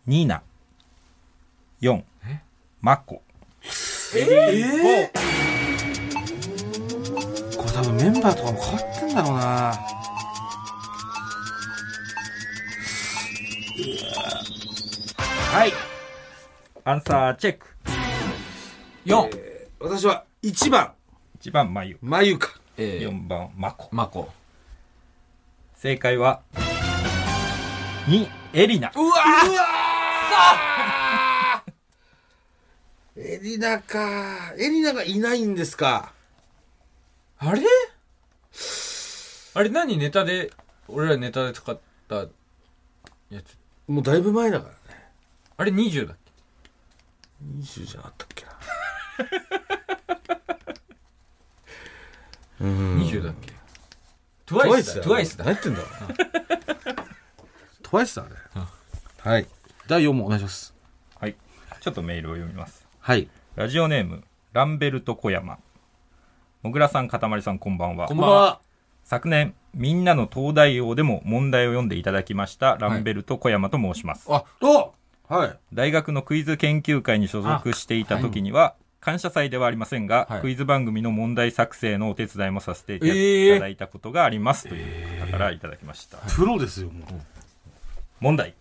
Speaker 4: ニナ。4
Speaker 3: え、
Speaker 4: マコ。
Speaker 2: ええこれ多分メンバーとかも変わってんだろうな
Speaker 4: はい。アンサーチェック。
Speaker 3: 4。
Speaker 2: 私は1番
Speaker 4: 1番、まゆ。
Speaker 2: まゆか
Speaker 3: えー、
Speaker 4: 4番、マコ。
Speaker 3: マコ。
Speaker 4: 正解は、2、エリナ。
Speaker 3: うわ
Speaker 2: うわエリナかエリナがいないんですか
Speaker 3: あれあれ何ネタで、俺らネタで使ったやつ。
Speaker 2: もうだいぶ前だからね
Speaker 3: あれ20だっけ
Speaker 2: 20じゃなかったっけな *laughs* うん
Speaker 3: ?20 だっけトゥワイスだ。トゥワイスだ。
Speaker 2: 何やってんだトゥワイスだねはい第4問お願いします
Speaker 4: はい。ちょっとメールを読みます。
Speaker 2: はい
Speaker 4: ラジオネーム、ランベルト小山。もぐらさん、かたまりさん、こんばんは。
Speaker 3: こんばんは。
Speaker 4: 昨年、みんなの東大王でも問題を読んでいただきました、ランベルト小山と申します。
Speaker 3: あ、
Speaker 2: おはい
Speaker 4: 大学のクイズ研究会に所属していた時には、感謝祭ではありませんが、
Speaker 3: はい
Speaker 4: クイズ番組の問題作成のお手伝いもさせていた
Speaker 3: えー
Speaker 4: いただいたことがあります、という方からいただきました。
Speaker 2: プロですよも
Speaker 4: 問題。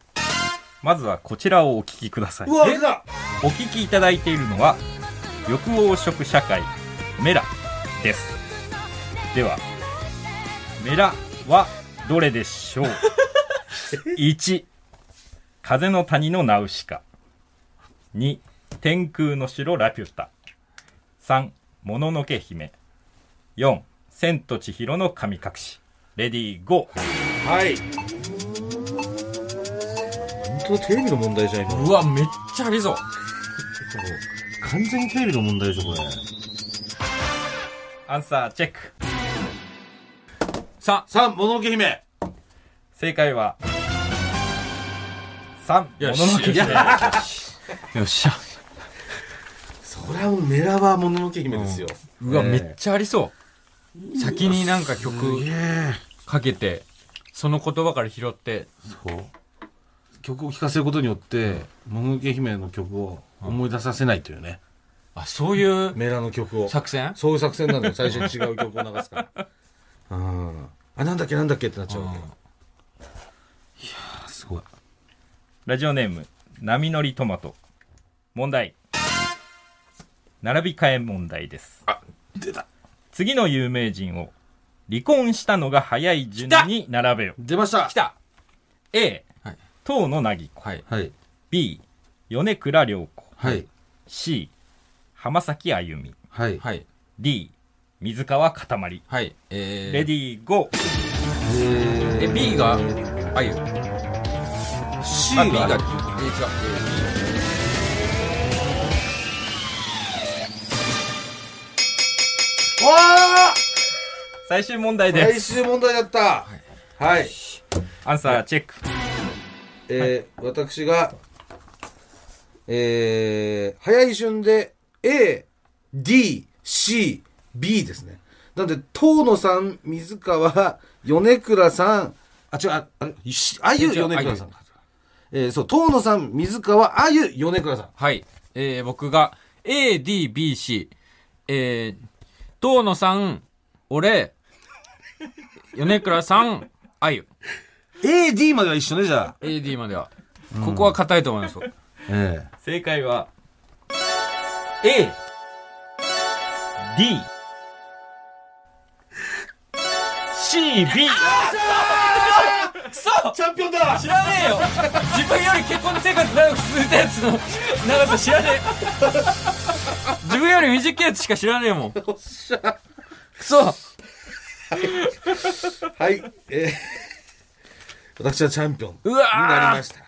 Speaker 4: まずはこちらをお聞きください。
Speaker 2: ううわ出た
Speaker 4: お聞きいただいているのは緑黄色社会メラですではメラはどれでしょう1風の谷のナウシカ2天空の城ラピュタ3もののけ姫4千と千尋の神隠しレディーゴー
Speaker 2: はい本当テレビの問題じゃん今
Speaker 3: うわ、めっちゃありそう。
Speaker 2: 完全にテレビの問題でしょこれ
Speaker 4: アンサーチェック
Speaker 3: さ
Speaker 2: さあ物置姫
Speaker 4: 正解は3
Speaker 3: よ
Speaker 4: も
Speaker 3: し
Speaker 4: ののけ姫
Speaker 3: あ、よっしゃ。
Speaker 2: そりゃもうメラはもののけ姫ですよ、
Speaker 3: うわ、
Speaker 2: ええ
Speaker 3: めっちゃありそう。先になんか曲
Speaker 2: え
Speaker 3: かけて、その言葉から拾って、
Speaker 2: そう曲を聴かせることによってもののけ姫の曲を思い出させないというね、
Speaker 3: あ、そういう
Speaker 2: メラの曲を
Speaker 3: 作戦
Speaker 2: そういう作戦なのよ最初に違う曲を流すから *laughs* うんあなんだっけなんだっけってなっちゃうわけよいやーすごい
Speaker 4: ラジオネーム、波乗りトマト。問題。並び替え問題です。
Speaker 2: 出た
Speaker 4: 次の有名人を、離婚したのが早い順に並べよ。
Speaker 2: 出ました
Speaker 3: 来た
Speaker 4: A、
Speaker 3: はい
Speaker 4: 遠野なぎ子。
Speaker 3: はい。
Speaker 2: はい。
Speaker 4: B、米倉涼子。
Speaker 2: はい。
Speaker 4: C、浜崎あゆみ。
Speaker 2: はい。
Speaker 3: はい。
Speaker 4: D、水川かたまり。
Speaker 3: はい。えー、
Speaker 4: レディーゴー。
Speaker 3: え、B が、あゆ。
Speaker 2: C
Speaker 3: あ、B が、え
Speaker 2: が
Speaker 3: ー、違う。
Speaker 2: わ
Speaker 4: 最終問題
Speaker 2: ー最
Speaker 4: です。
Speaker 2: 終問題だったはい。
Speaker 4: アンサーチェック。
Speaker 2: えー私が、えー早い順で A、D、C、B ですね。なんで、遠野さん、水川、米倉さん、あ、違う、あ、あれしあゆ、
Speaker 3: 違う
Speaker 2: 米倉さんか。えーそう、遠野さん、水川、あゆ、米倉さん。
Speaker 3: はい。えー、僕が、A、D、B、C。えー、遠野さん、俺、米倉さん、あゆ。
Speaker 2: AD までは一緒ね、じゃあ。
Speaker 3: AD までは。ここは硬いと思います。
Speaker 2: ええ。
Speaker 4: 正解は
Speaker 3: A、
Speaker 4: D C B
Speaker 2: チャンピオンだ
Speaker 3: 知らねえよ自分より結婚生活長く続いたやつの長さ知らねえ自分より短いやつしか知らねえもん
Speaker 2: おっしゃ。
Speaker 3: クソ
Speaker 2: はい。えー、私はチャンピオンに
Speaker 3: うわ
Speaker 2: なり
Speaker 3: ー
Speaker 2: ました。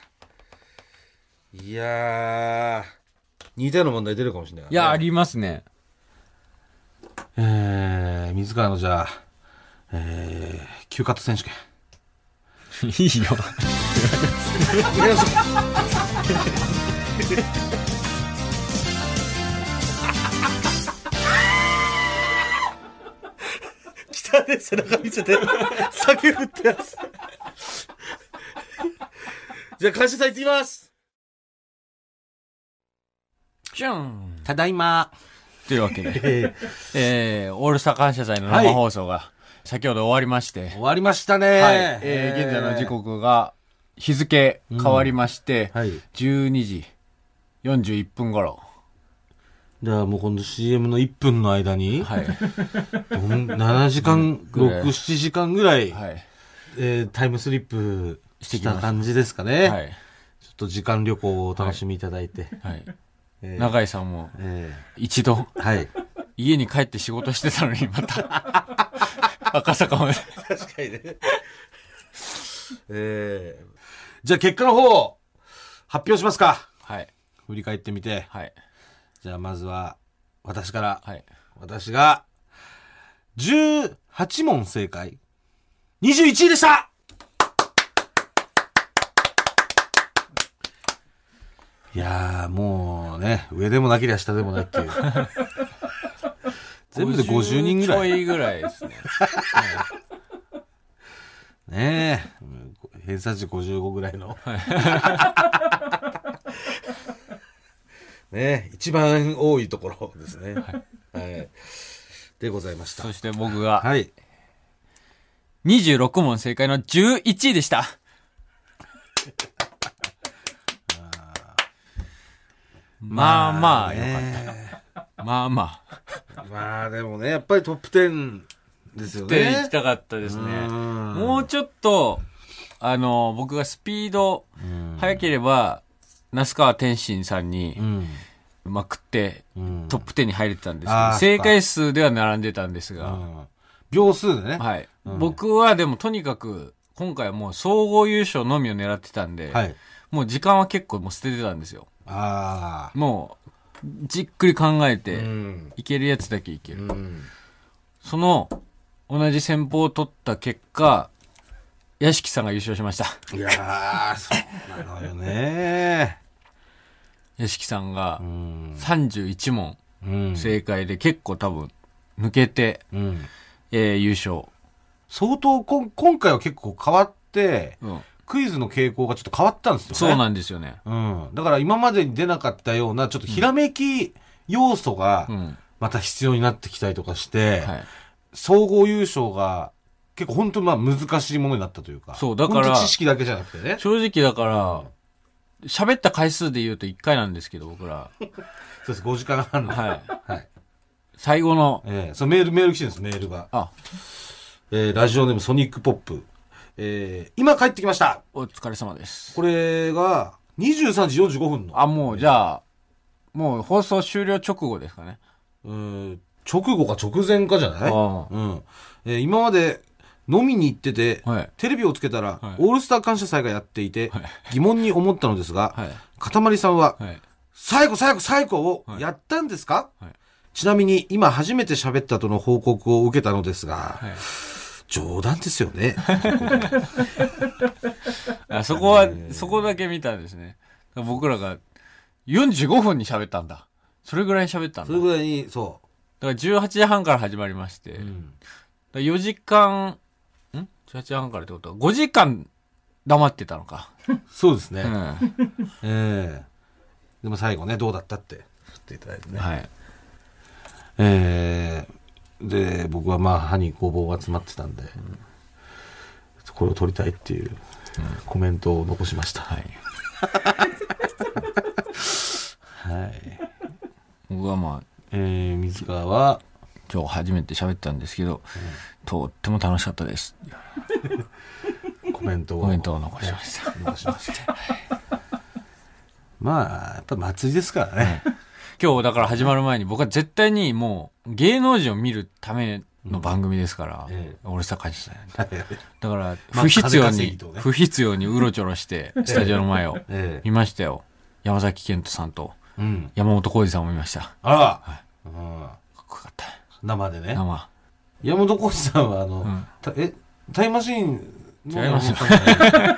Speaker 2: いやー、似たような問題出るかもしれない、
Speaker 3: いやあ。りますね
Speaker 2: えー、自らのじゃあ、えー、休活選手権。
Speaker 3: いいよ
Speaker 2: やりましょ
Speaker 4: 来たね背中見せて酒振ってやつ
Speaker 2: うじゃあ、感謝祭行ってきます
Speaker 3: じゃん
Speaker 2: ただいま。
Speaker 3: というわけで、
Speaker 2: えー、
Speaker 3: えー、オールスター感謝祭の生放送が先ほど終わりまして、
Speaker 2: 終わりましたね。
Speaker 3: はいえー現在の時。刻が日付変わりまして、
Speaker 2: はい。
Speaker 3: 12時41分頃
Speaker 2: じゃあもうこの CM の1分の間に、
Speaker 3: はい
Speaker 2: どん7時間、
Speaker 3: ぐらい
Speaker 2: 6、7時間ぐらい、
Speaker 3: はい
Speaker 2: えータイムスリップ
Speaker 3: して
Speaker 2: し
Speaker 3: きましたた
Speaker 2: 感じですかね。
Speaker 3: はい、
Speaker 2: ちょっと時間旅行をお楽しみいただいて。
Speaker 3: はい、
Speaker 2: えー
Speaker 3: 永井さんも
Speaker 2: え
Speaker 3: 一度
Speaker 2: ーはい。
Speaker 3: 家に帰って仕事してたの
Speaker 2: *laughs*
Speaker 3: にまた赤坂まで
Speaker 2: 確かにね。 *laughs* えーじゃあ結果の方を発表しますか。
Speaker 3: はい
Speaker 2: 振り返ってみて。
Speaker 3: はい
Speaker 2: じゃあまずは私から。
Speaker 3: はい
Speaker 2: 私が18問正解。21位でしたいやーもうね、上でもなけりゃ下でもない *laughs* っていう。全部で50人ぐらい。
Speaker 3: ちょいぐらいですね
Speaker 2: ねえ。うん偏差値55ぐらいの。 *laughs* ねえ、一番多いところですね。はい。でございました
Speaker 3: そ。して僕が
Speaker 2: はい。
Speaker 3: 26問正解の11位で
Speaker 2: *laughs*
Speaker 3: したまあまあよかっ
Speaker 2: ねえ
Speaker 3: たまあまあ
Speaker 2: まあでもね、やっぱりトップ10ですよ
Speaker 3: で行
Speaker 2: ね
Speaker 3: き。たかったですね
Speaker 2: うん
Speaker 3: もうちょっとあの僕がスピード速ければ那須川天心さんに
Speaker 2: うん。
Speaker 3: まくって
Speaker 2: うん
Speaker 3: トップ10に入れてたんですけ
Speaker 2: あ
Speaker 3: ど
Speaker 2: ー
Speaker 3: 正解数では並んでたんですが、
Speaker 2: うん秒数でね。は
Speaker 3: はい、僕はでもとにかく今回はもう総合優勝のみを狙ってたんで、
Speaker 2: い。
Speaker 3: もう時間は結構もう捨ててたんですよ
Speaker 2: あ
Speaker 3: もうじっくり考え
Speaker 2: あ。う
Speaker 3: て
Speaker 2: ん。
Speaker 3: いけるやつだけいける、
Speaker 2: うん。
Speaker 3: その同じ戦法を取った結果屋敷さんが優勝しました
Speaker 2: いやー、そうなのよね。
Speaker 3: 屋敷さんが
Speaker 2: うん。
Speaker 3: 31問
Speaker 2: うん。
Speaker 3: 正解で結構多分抜けて、
Speaker 2: うん。
Speaker 3: えー優勝、
Speaker 2: 相当こん、今回は結構変わって、
Speaker 3: うん、
Speaker 2: クイズの傾向がちょっと変わったんですよね。
Speaker 3: そうなんですよね、
Speaker 2: うん。だから今までに出なかったような、ちょっとひらめき要素が
Speaker 3: う、ん
Speaker 2: また必要になってきたりとかして、
Speaker 3: はい、
Speaker 2: 総合優勝が結構本当にまあ難しいものになったというか。
Speaker 3: そうだから
Speaker 2: 本当知識だけじゃなくてね。そう
Speaker 3: 正直だから、喋った回数で言うと1回なんですけど、僕ら。
Speaker 2: です、5時間 *laughs* 半の。はい。
Speaker 3: はい。最後の、
Speaker 2: えー、そうメール、メール来てるんです、メールが。
Speaker 3: あ、
Speaker 2: えー、ラジオネームソニックポップ。えー、今帰ってきました
Speaker 3: お疲れ様です。
Speaker 2: これが、23時45分の。
Speaker 3: あ、もう、じゃあ、もう放送終了直後ですかね。
Speaker 2: うーん、直後か直前かじゃない
Speaker 3: あ
Speaker 2: うん。えー、今まで、飲みに行ってて、
Speaker 3: はい
Speaker 2: テレビをつけたら、
Speaker 3: はい
Speaker 2: オールスター感謝祭がやっていて、疑問に思ったのですが、
Speaker 3: はい
Speaker 2: かたまりさんは
Speaker 3: あ。、はい。
Speaker 2: 最後最後最後をやったんですか、
Speaker 3: はい
Speaker 2: ちなみに今初めて喋ったとの報告を受けたのですが、
Speaker 3: はい
Speaker 2: 冗談ですよ *laughs* ね。
Speaker 3: あそこは、そこだけ見たんですね。僕らが45分に喋ったんだ。それぐらい喋ったん
Speaker 2: そ
Speaker 3: だ。
Speaker 2: れ
Speaker 3: だか
Speaker 2: ぐらいに、そ
Speaker 3: ら18時半から始まりまして、
Speaker 2: う。うん
Speaker 3: だ4時間、ん ?18 時半からってことは、5時間黙ってたのか。
Speaker 2: そうですね。
Speaker 3: うん。は
Speaker 2: ええでも最後ね、どうだったって振っていただいてね。
Speaker 3: い。
Speaker 2: ええで僕はまあ歯にごぼうが詰まってたんで、これを取りたいっていうコメントを残しました、 *laughs* はい、
Speaker 3: 僕はまあ、
Speaker 2: えー、水川は
Speaker 3: 今日初めて喋ったんですけど、とっても楽しかったです。
Speaker 2: コメントを
Speaker 3: コメントを残しました。 *laughs*
Speaker 2: 残しました *laughs* まあやっぱ祭りですからね、
Speaker 3: 今日だから始まる前に僕は絶対にもう芸能人を見るための番組ですから、
Speaker 2: ええ
Speaker 3: 俺さ返したいな
Speaker 2: *laughs* え
Speaker 3: だから、
Speaker 2: まあ
Speaker 3: 不必要
Speaker 2: 金稼ぎ
Speaker 3: に
Speaker 2: と、ね
Speaker 3: 不必要にうろちょろして、 *laughs* スタジオの前を
Speaker 2: え
Speaker 3: 見ましたよ。山崎賢人さんと
Speaker 2: うん
Speaker 3: 山本浩二さんも見ました。か
Speaker 2: あら、
Speaker 3: っこよかった。
Speaker 2: うん、生でね
Speaker 3: 生。
Speaker 2: 山本浩二さんはあの、
Speaker 3: ん
Speaker 2: たえタイムマシーンの
Speaker 3: 違いますよ
Speaker 2: 山本さんじゃな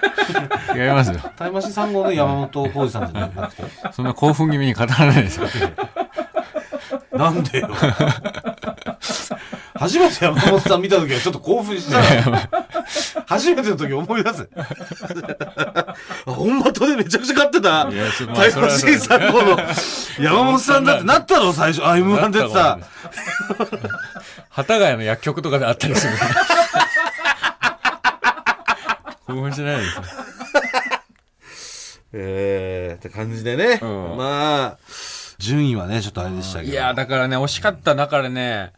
Speaker 2: い
Speaker 3: 違いますよ。
Speaker 2: タイムマシーン3号の山本浩二さんじゃな
Speaker 3: *laughs*
Speaker 2: くて
Speaker 3: そんな興奮気味に語らないですよ。
Speaker 2: なんでよ初めて山本さん見た時はちょっと興奮した
Speaker 3: *laughs*
Speaker 2: 初めての時思い出せあ本場とでめちゃくちゃ勝ってた
Speaker 3: いやそまあ
Speaker 2: タイ
Speaker 3: そ
Speaker 2: ム
Speaker 3: れ
Speaker 2: マ
Speaker 3: は
Speaker 2: シーン3号
Speaker 3: *laughs*
Speaker 2: の山本さんだってなったの最初あ M1 出てた
Speaker 3: 幡ヶ谷の薬局とかであったりする。興奮しないですよ。
Speaker 2: えー、って感じでね、
Speaker 3: うん
Speaker 2: まあ順位はねちょっとあれでしたけど
Speaker 3: いやーだからね、惜しかった。だからね、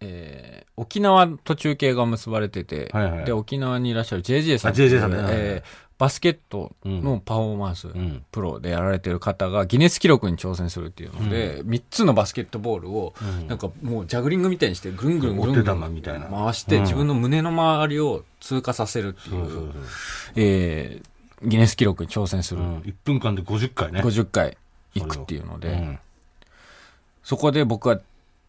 Speaker 3: えー、沖縄と中継が結ばれてて、
Speaker 2: はいはい
Speaker 3: で、沖縄にいらっしゃる JJ さん
Speaker 2: あ JJ さんねはいはい
Speaker 3: えーバスケットのパフォーマンス、
Speaker 2: ん
Speaker 3: プロでやられてる方がギネス記録に挑戦するっていうので、三3つのバスケットボールを、なんかもうジャグリングみたいにして、ぐんぐんぐん
Speaker 2: お
Speaker 3: ぐ
Speaker 2: 手
Speaker 3: ん
Speaker 2: 玉みたいな
Speaker 3: 回して、自分の胸の周りを通過させるっていう、えーギネス記録に挑戦す
Speaker 2: う
Speaker 3: る。
Speaker 2: ん、1分間で50回ね
Speaker 3: 50回行くっていうので、
Speaker 2: うん
Speaker 3: そこで僕は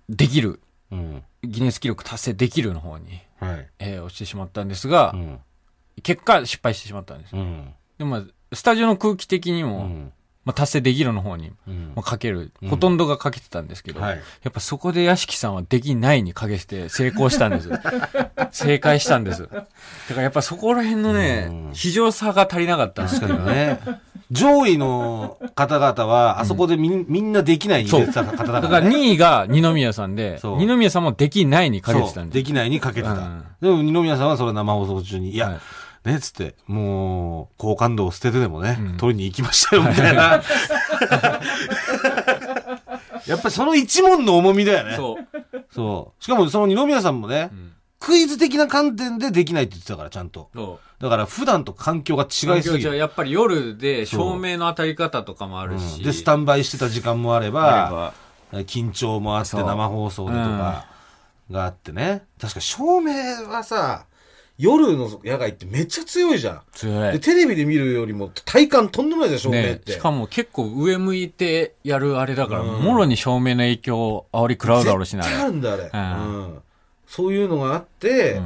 Speaker 3: できる、
Speaker 2: うん
Speaker 3: ギネス記録達成できるの方に、
Speaker 2: はい
Speaker 3: えー、押してしまったんですが、
Speaker 2: うん
Speaker 3: 結果失敗してしまったんです。
Speaker 2: うん
Speaker 3: でも、スタジオの空気的に
Speaker 2: う
Speaker 3: も、
Speaker 2: ん
Speaker 3: まあ、達成できるの方に、
Speaker 2: うん
Speaker 3: まあ、かける、ほとんどがかけてたんですけど、
Speaker 2: はい
Speaker 3: やっぱそこで屋敷さんはできないにかけて成功したんです。正解したんです。だからやっぱそこら辺のね、
Speaker 2: うん
Speaker 3: 非常さが足りなかったんです
Speaker 2: 確
Speaker 3: よ
Speaker 2: かにね。上位の方々は、あそこでみ,、ん、みんなできないに入れてた方だ
Speaker 3: だ
Speaker 2: か
Speaker 3: からら
Speaker 2: ね。
Speaker 3: 2位が二宮さんで、
Speaker 2: そう
Speaker 3: 二宮さんもできないにかけて
Speaker 2: そ
Speaker 3: た
Speaker 2: うん
Speaker 3: で
Speaker 2: で
Speaker 3: す。
Speaker 2: きないにかけてた。
Speaker 3: うん
Speaker 2: でも二宮さんはそれ生放送中に、いや、
Speaker 3: は
Speaker 2: ね、つって、もう、好感度を捨ててでもね、
Speaker 3: うん
Speaker 2: 取りに行きましたよ、みた
Speaker 3: *laughs*
Speaker 2: いな。やっぱりその一問の重みだよね。そう。
Speaker 3: そう。
Speaker 2: しかもその二宮さんもね、
Speaker 3: ん
Speaker 2: クイズ的な観点でできないって言ってたから、ちゃんと。
Speaker 3: そう
Speaker 2: だから普段と環境が違いすぎ
Speaker 3: じゃあ
Speaker 2: る。
Speaker 3: やっぱり夜で照明の当たり方とかもあ
Speaker 2: う
Speaker 3: るし、
Speaker 2: んで、スタンバイしてた時間もあれば、
Speaker 3: あれば
Speaker 2: 緊張もあって
Speaker 3: そう
Speaker 2: 生放送でとかがあってね、確か照明はさ夜の野外ってめっちゃ強いじゃん、
Speaker 3: 強
Speaker 2: で
Speaker 3: い、
Speaker 2: テレビで見るよりも体感とんでもないじゃん照明っ
Speaker 3: ね、
Speaker 2: て、
Speaker 3: しかも結構上向いてやるあれだから、
Speaker 2: うん
Speaker 3: もろに照明の影響を煽り食らうだろうしな
Speaker 2: 絶対あるんだあれ、
Speaker 3: う
Speaker 2: うんそういうのがあって、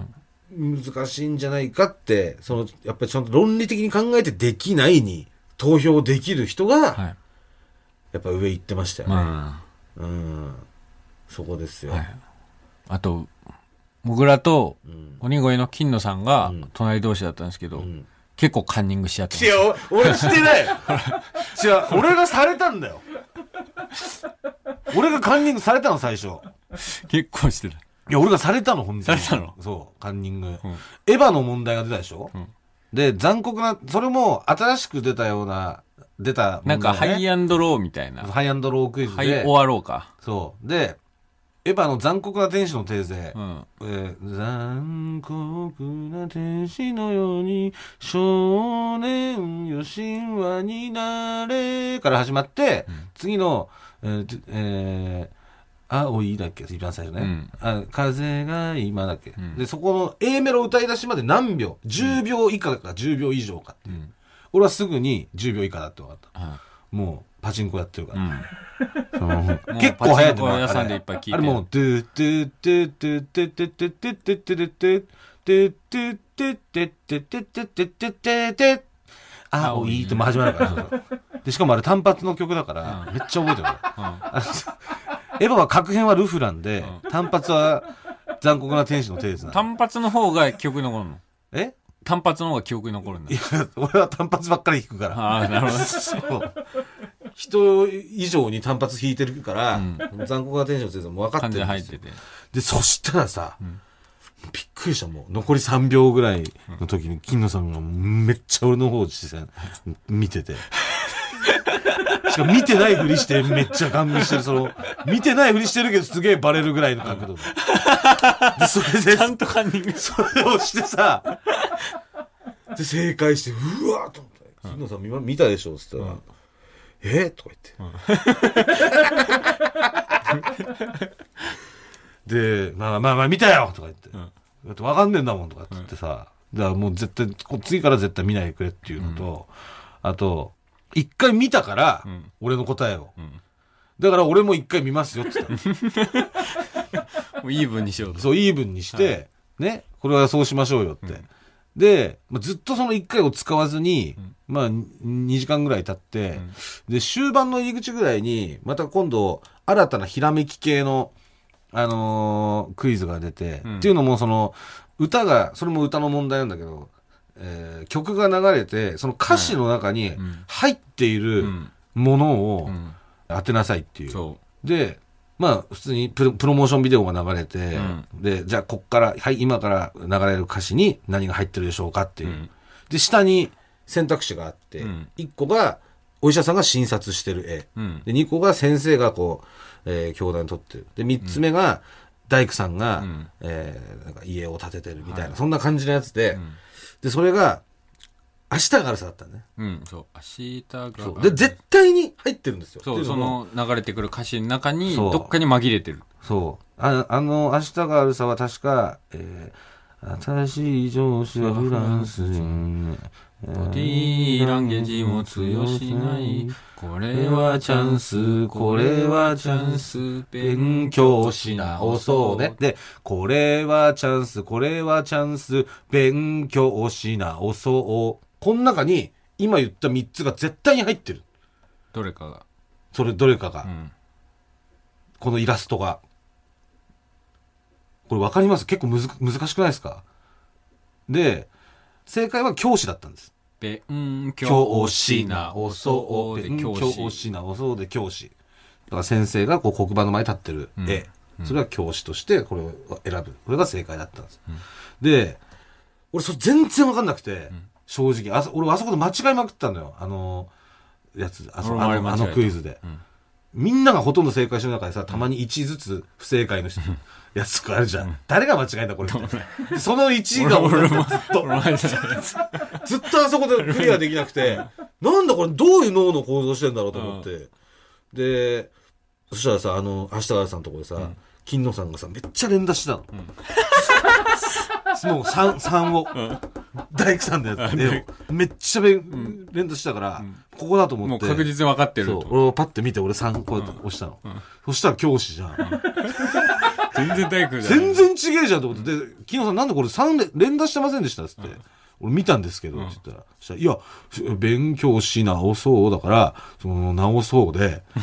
Speaker 2: 難しいんじゃないかってそのやっぱりちゃんと論理的に考えてできないに投票できる人が、
Speaker 3: はい
Speaker 2: やっぱ上行ってましたよ
Speaker 3: う
Speaker 2: ね、
Speaker 3: ん、
Speaker 2: うんそこですよ、
Speaker 3: はいあともぐらと
Speaker 2: うん
Speaker 3: 鬼越の金野さんが
Speaker 2: うん
Speaker 3: 隣同士だったんですけど、
Speaker 2: うん
Speaker 3: 結構カンニングし合ってま
Speaker 2: 違
Speaker 3: した
Speaker 2: う、俺してないよ。違う、俺がされたんだよ。俺がカンニングされたの、最初。い
Speaker 3: 結構してた
Speaker 2: や、俺がされたの、本当に。
Speaker 3: されたの
Speaker 2: そう、カンニング。
Speaker 3: ん
Speaker 2: エヴァの問題が出たでしょ、
Speaker 3: ん
Speaker 2: で、残酷な、それも新しく出たような、出た
Speaker 3: なん
Speaker 2: 問題、ね。
Speaker 3: かハイアンドローみたいな
Speaker 2: ハイアンドロークイズ
Speaker 3: ハ
Speaker 2: で。
Speaker 3: イ終わろうか、
Speaker 2: そう。で、エヴァの残酷な天使のテーゼ。
Speaker 3: うん、
Speaker 2: えー残酷な天使のように少年よ神話になれから始まって、次の、えーてえー、青いだっけ一番最初ね、
Speaker 3: うん
Speaker 2: あ風が今だっけ、
Speaker 3: ん
Speaker 2: でそこの A メロ歌い出しまで何秒10秒以下か10秒以上かっていう、
Speaker 3: うん
Speaker 2: 俺はすぐに10秒以下だって分かった
Speaker 3: は
Speaker 2: もうパチンコやってるか
Speaker 3: い
Speaker 2: ら、
Speaker 3: うん
Speaker 2: その結構早いと思う
Speaker 3: もうパチンコ屋さんでいっぱい聞いて
Speaker 2: あれもう、ドゥドゥドゥドゥドゥドゥドゥドゥドゥドゥドゥドゥドゥドゥドゥドゥドゥドゥドゥドゥドゥドゥ青いとも始まるからそうそう。で、しかもあれ単発の曲だから、めっちゃ覚えてる俺。あのエヴァは各編はルフランで、単発は残酷な天使のテーゼなの。
Speaker 3: 単発の方が記憶に残るの
Speaker 2: え
Speaker 3: 単発の方が記憶に残るんだ
Speaker 2: いや、俺は単発ばっかり弾くから。
Speaker 3: ああなるほど
Speaker 2: そう人以上に単発弾いてるから、残酷なテンション先生も分かっ
Speaker 3: 感
Speaker 2: て
Speaker 3: じで
Speaker 2: るんで
Speaker 3: 入っ
Speaker 2: す
Speaker 3: て
Speaker 2: よ
Speaker 3: て。
Speaker 2: で、そしたらさ、びっくりした、もう。残り3秒ぐらいの時に、金野さんがめっちゃ俺の方を
Speaker 3: *laughs*
Speaker 2: 視線、見てて。しかも見てないふりして、めっちゃガン見してる、その、見てないふりしてるけど、すげえバレるぐらいの角度で。で、それで、
Speaker 3: とカンニング。
Speaker 2: それをしてさ、で、正解して、うわーと思って、金野さん見ま見たでしょっつったら、えとか言って。で、まあまあまあ見たよとか言って、だってわかんねえんだもんとかって言ってさ、だからもう絶対、こ次から絶対見ないでくれっていうのと、あと、一回見たから、俺の答えを。だから俺も一回見ますよって言ったの
Speaker 3: もうイーブンにしよう
Speaker 2: *laughs*
Speaker 3: と。
Speaker 2: そう、イーブンにして、ね、これはそうしましょうよって。で、まあ、ずっとその1回を使わずに、まあ、2時間ぐらい経って、で、終盤の入り口ぐらいに、また今度、新たなひらめき系の、あのークイズが出て、っていうのも、その、歌が、それも歌の問題なんだけど、えー曲が流れて、その歌詞の中に入っている
Speaker 3: ん
Speaker 2: ものを
Speaker 3: ん
Speaker 2: 当てなさいっていう。
Speaker 3: そ
Speaker 2: で、まあ、普通にプロプロモーションビデオが流れて、で、じゃあ、こっから、はい、今から流れる歌詞に何が入ってるでしょうかっていう。で、下に選択肢があって、1個が、お医者さんが診察してる絵。
Speaker 3: ん
Speaker 2: で、2個が先生がこう、えー教団に撮ってる。で、3つ目が、大工さんが、えーなんか家を建ててるみたいな、そんな感じのやつで、で、それが、明日があるさだったんだね。
Speaker 3: う。うん、そう。明日が。
Speaker 2: そう。で、絶対に入ってるんですよ。
Speaker 3: そ
Speaker 2: って
Speaker 3: う、
Speaker 2: い
Speaker 3: そ
Speaker 2: も
Speaker 3: の流れてくる歌詞の中に、
Speaker 2: そう
Speaker 3: どっかに紛れてる。
Speaker 2: そう。ああの、明日があるさは確か、えー、新しい上司はフランス人。
Speaker 3: ボディーランゲージも通用しない。これはチャンス、これはチャンス、
Speaker 2: 勉
Speaker 3: 勉
Speaker 2: 強
Speaker 3: 強
Speaker 2: し
Speaker 3: し
Speaker 2: 直
Speaker 3: 直
Speaker 2: そ
Speaker 3: そうう
Speaker 2: ね
Speaker 3: ね。。
Speaker 2: で、これはチャンス、これはチャンス、勉強し直そう。この中に、今言った3つが絶対に入ってる。
Speaker 3: どれかが。
Speaker 2: それ、どれかが。
Speaker 3: うん。
Speaker 2: このイラストが。これわかります結構むず難しくないですかで、正解は教師だったんです。
Speaker 3: 勉
Speaker 2: 教
Speaker 3: 強
Speaker 2: 師
Speaker 3: し
Speaker 2: な
Speaker 3: 直
Speaker 2: お
Speaker 3: そ
Speaker 2: そうう
Speaker 3: で
Speaker 2: で
Speaker 3: 教
Speaker 2: 教
Speaker 3: 師。
Speaker 2: 師なおそうで教師だから先生がこう黒板の前に立ってる絵、それは教師としてこれを選ぶこれが正解だったんです、で俺それ全然分かんなくて、正直あそ俺あそこで間違いまくったのよあのやつあそ
Speaker 3: 俺もあれ
Speaker 2: あ
Speaker 3: 間
Speaker 2: の
Speaker 3: 違
Speaker 2: あ
Speaker 3: えた
Speaker 2: のクイズで、みんながほとんど正解してる中でさたまに1ずつ不正解の人やつとかあるじゃん、誰が間違えたこれみたいなその1が俺もずっとずっとあそこでクリアできなく *laughs* て、なんだこれどういう脳の構造してんだろうと思って。で、そしたらさ、あの、明日川さんのとこでさ、金野さんがさ、めっちゃ連打してたの。 *laughs* もう3、三を。大工さんのやつで、めっちゃべん連打してたから、ここだと思
Speaker 3: も
Speaker 2: っ
Speaker 3: う
Speaker 2: て。
Speaker 3: 確実に分かってる
Speaker 2: そう
Speaker 3: と。
Speaker 2: 俺をパッて見て、俺3こうやって押したの。そしたら教師じゃん。
Speaker 3: 全然大工じゃない *laughs*
Speaker 2: 全然違えじゃんと思って、で、昨日さんなんでこれ3連連打してませんでしたっつって、俺見たんですけど、って言ったら、そしたらいや、し勉強し直そうだから、その、直そうで、 *laughs*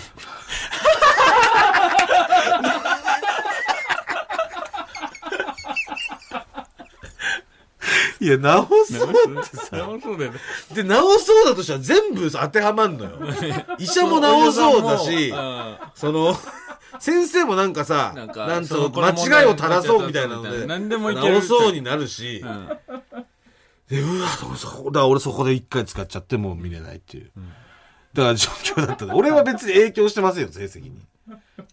Speaker 2: いや、直そうってさ、
Speaker 3: 直そうだよね。
Speaker 2: で、直そうだとしたら全部当てはまん *laughs* のよ。医者も直そうだし
Speaker 3: う、ん
Speaker 2: その、先生もなんかさ、
Speaker 3: な
Speaker 2: なんん
Speaker 3: か
Speaker 2: と、
Speaker 3: その
Speaker 2: 間違いを正そうみたいなの
Speaker 3: 間違いを正そうみたいな
Speaker 2: で、
Speaker 3: 何でもいける
Speaker 2: 直そうになるし、う
Speaker 3: うん
Speaker 2: でうわ、でもそこだから俺そこで一回使っちゃってもう見れないっていう。だから状況だったの俺は別に影響してませんよ、成績に。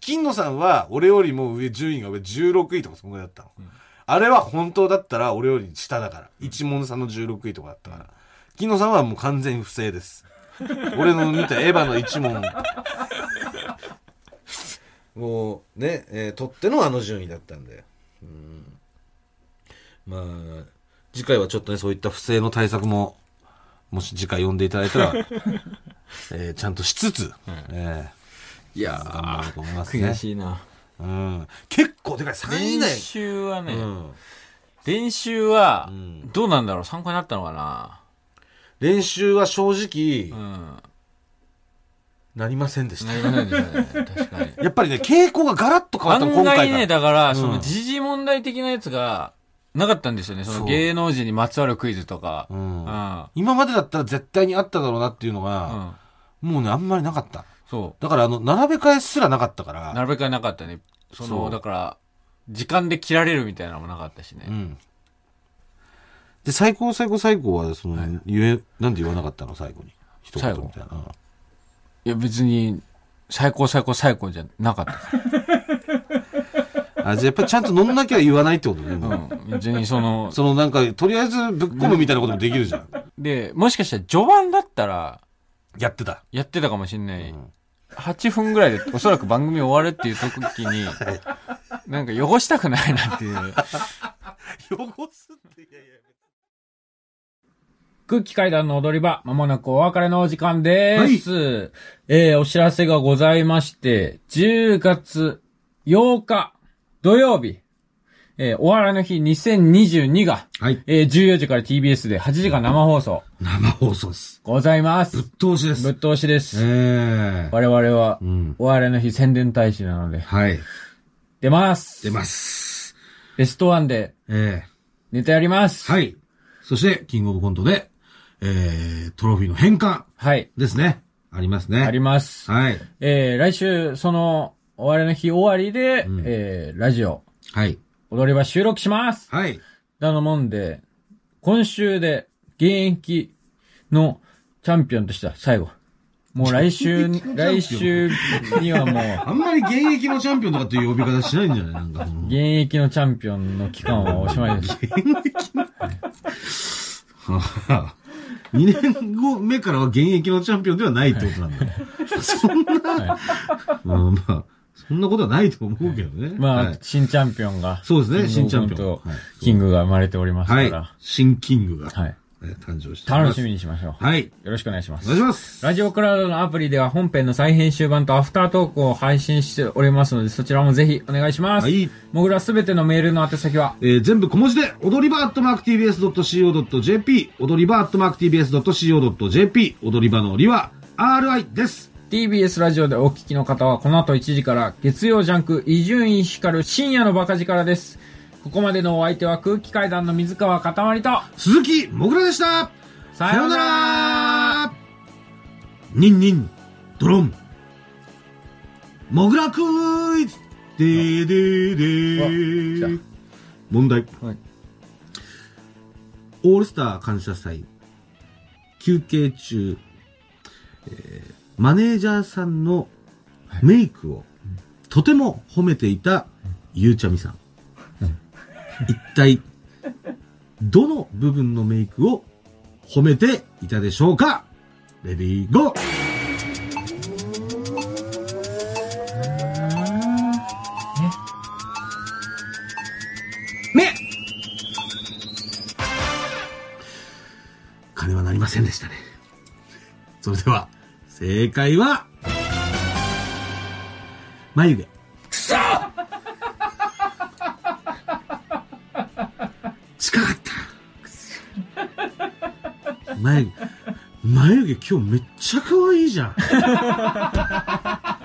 Speaker 2: 金野さんは俺よりも上、順位が上16位とかそんぐらいだったの。あれは本当だったら俺より下だから。一門さんの16位とかだったから。金野さんはもう完全に不正です。俺の見たエヴァの一問。もうね、えー取ってのあの順位だったんで。うん。まあ、次回はちょっとね、そういった不正の対策も、もし次回読んでいただいた
Speaker 3: *laughs*
Speaker 2: ら、えーちゃんとしつつ、え
Speaker 3: いや
Speaker 2: ー頑張ろうと思いま
Speaker 3: ー
Speaker 2: すね
Speaker 3: 悔。しいな。
Speaker 2: うん。結構、でかい、3位以
Speaker 3: 練
Speaker 2: 内。
Speaker 3: 習はね、
Speaker 2: うん
Speaker 3: 練習は
Speaker 2: ん、
Speaker 3: どうなんだろう参考になったのか
Speaker 2: 練習は正直、
Speaker 3: な
Speaker 2: なりませんで
Speaker 3: う
Speaker 2: し
Speaker 3: ん。
Speaker 2: た。
Speaker 3: なりませんでしたね。 *laughs* 確かに。
Speaker 2: やっぱりね、傾向がガラッと変わったの
Speaker 3: 案
Speaker 2: 今
Speaker 3: 外
Speaker 2: 回
Speaker 3: ね、
Speaker 2: が。
Speaker 3: だから、そ
Speaker 2: うん
Speaker 3: の時事問題的なやつが、なかったんですよね。そ
Speaker 2: そ
Speaker 3: の
Speaker 2: う
Speaker 3: 芸能人にまつわるクイズとか。
Speaker 2: う
Speaker 3: うんん。
Speaker 2: 今までだったら絶対にあっただろうなっていうのが、もうね、あんまりなかった。
Speaker 3: そ
Speaker 2: だから、あの、並べ替えすらなかったか
Speaker 3: う。
Speaker 2: ら、
Speaker 3: なるべくはなかったね。その、
Speaker 2: そう
Speaker 3: だから、時間で切られるみたいなのもなかったしね。
Speaker 2: うん。で、最高、最高、最高は、その、言え、なんで言わなかったの最後に。一言みたいな。うん
Speaker 3: いや、別に、最高最高最高じゃなかったか
Speaker 2: あ、じゃあやっぱりちゃんと乗んなきゃ言わないってことね。もう
Speaker 3: ら。うん。別にその、
Speaker 2: *laughs* そのなんか、とりあえずぶっ込むみたいなこともできるじゃん。
Speaker 3: で、もしかしたら序盤だったら、
Speaker 2: やってた。
Speaker 3: やってたかもしんない。8分ぐらいで、おそらく番組終わるっていう時に、なんか汚したくないなっていう。
Speaker 2: 汚すって、いやいや。
Speaker 3: 空気階段の踊り場、まもなくお別れのお時間です。えー、お知らせがございまして、10月8日土曜日、えー、お笑いの日2022が、
Speaker 2: はい。
Speaker 3: えー、14時から TBS で8時間生放送
Speaker 2: 生放送です。
Speaker 3: ございます。
Speaker 2: 通しで
Speaker 3: ぶっ。通しです。
Speaker 2: ええ。
Speaker 3: 我々は
Speaker 2: う、ん。
Speaker 3: お笑いの日宣伝大使なので、
Speaker 2: はい。
Speaker 3: 出ます。
Speaker 2: 出ます。
Speaker 3: ベストワンで
Speaker 2: ええ。
Speaker 3: ネタやります。
Speaker 2: はい。そして、キングオブコントで、えー、トロフィーの返還
Speaker 3: はい。
Speaker 2: ですね。ありますね。
Speaker 3: あります。
Speaker 2: はい。
Speaker 3: えー、来週、その、お笑いの日終わりで、
Speaker 2: うん
Speaker 3: えー、ラジオ、
Speaker 2: はい。
Speaker 3: 踊り場収録します。
Speaker 2: はい。
Speaker 3: なのもんで、今週で現役のチャンピオンとしては最後。もう来週、来週にはもう、
Speaker 2: あんまり現役のチャンピオンとかっていう呼び方しないんじゃないなんかその *laughs*
Speaker 3: 現役のチャンピオンの期間はおしまいです。
Speaker 2: 2年後目からは現役のチャンピオンではないってことなんだ。そんな、うんまあ、そんなことはないと思うけどね。
Speaker 3: まあ、
Speaker 2: はい
Speaker 3: 新チャンピオンが、
Speaker 2: そうですね、
Speaker 3: キング
Speaker 2: 新チャ
Speaker 3: オ
Speaker 2: ン
Speaker 3: ブコ
Speaker 2: ピ
Speaker 3: ン
Speaker 2: オ
Speaker 3: ト
Speaker 2: ン。はい
Speaker 3: キングが生まれておりますか
Speaker 2: はい
Speaker 3: ら。。
Speaker 2: 新キングが、
Speaker 3: はい。
Speaker 2: えー誕生しております
Speaker 3: 楽しみにしましょう。
Speaker 2: はい。
Speaker 3: よろしくお願いしま
Speaker 2: お
Speaker 3: す
Speaker 2: 願い。します。
Speaker 3: ラジオクラウドのアプリでは本編の再編集版とアフタートークを配信しておりますので、そちらもぜひお願いします。
Speaker 2: はい
Speaker 3: もぐらすべてのメールの宛先は、
Speaker 2: えー全部小文字で、踊り場アットマーク TBS.CO.JP、踊り場アットマーク TBS.CO.JP、踊り場のりは RI です。
Speaker 3: TBS ラジオでお聞きの方はこの後1時から月曜ジャンク伊集院光深夜のバカ力です。ここまでのお相手は空気階段の水川かたまりと、
Speaker 2: 鈴木もぐらでした
Speaker 3: さ
Speaker 2: さよ
Speaker 3: よう
Speaker 2: う
Speaker 3: な
Speaker 2: な
Speaker 3: ら
Speaker 2: らニンニン、ドロン。モグラクイズでーで
Speaker 3: う
Speaker 2: ーで
Speaker 3: わ来
Speaker 2: ー問題。
Speaker 3: はい
Speaker 2: オールスター感謝祭、休憩中、えーマネージャーさんのメイクをとても褒めていたゆうちゃみさん。一体、どの部分のメイクを褒めていたでしょうかレディーゴー目金はなりませんでしたね。それでは、正解は、眉毛。近かった眉毛眉毛今日めっちゃ可愛いじゃん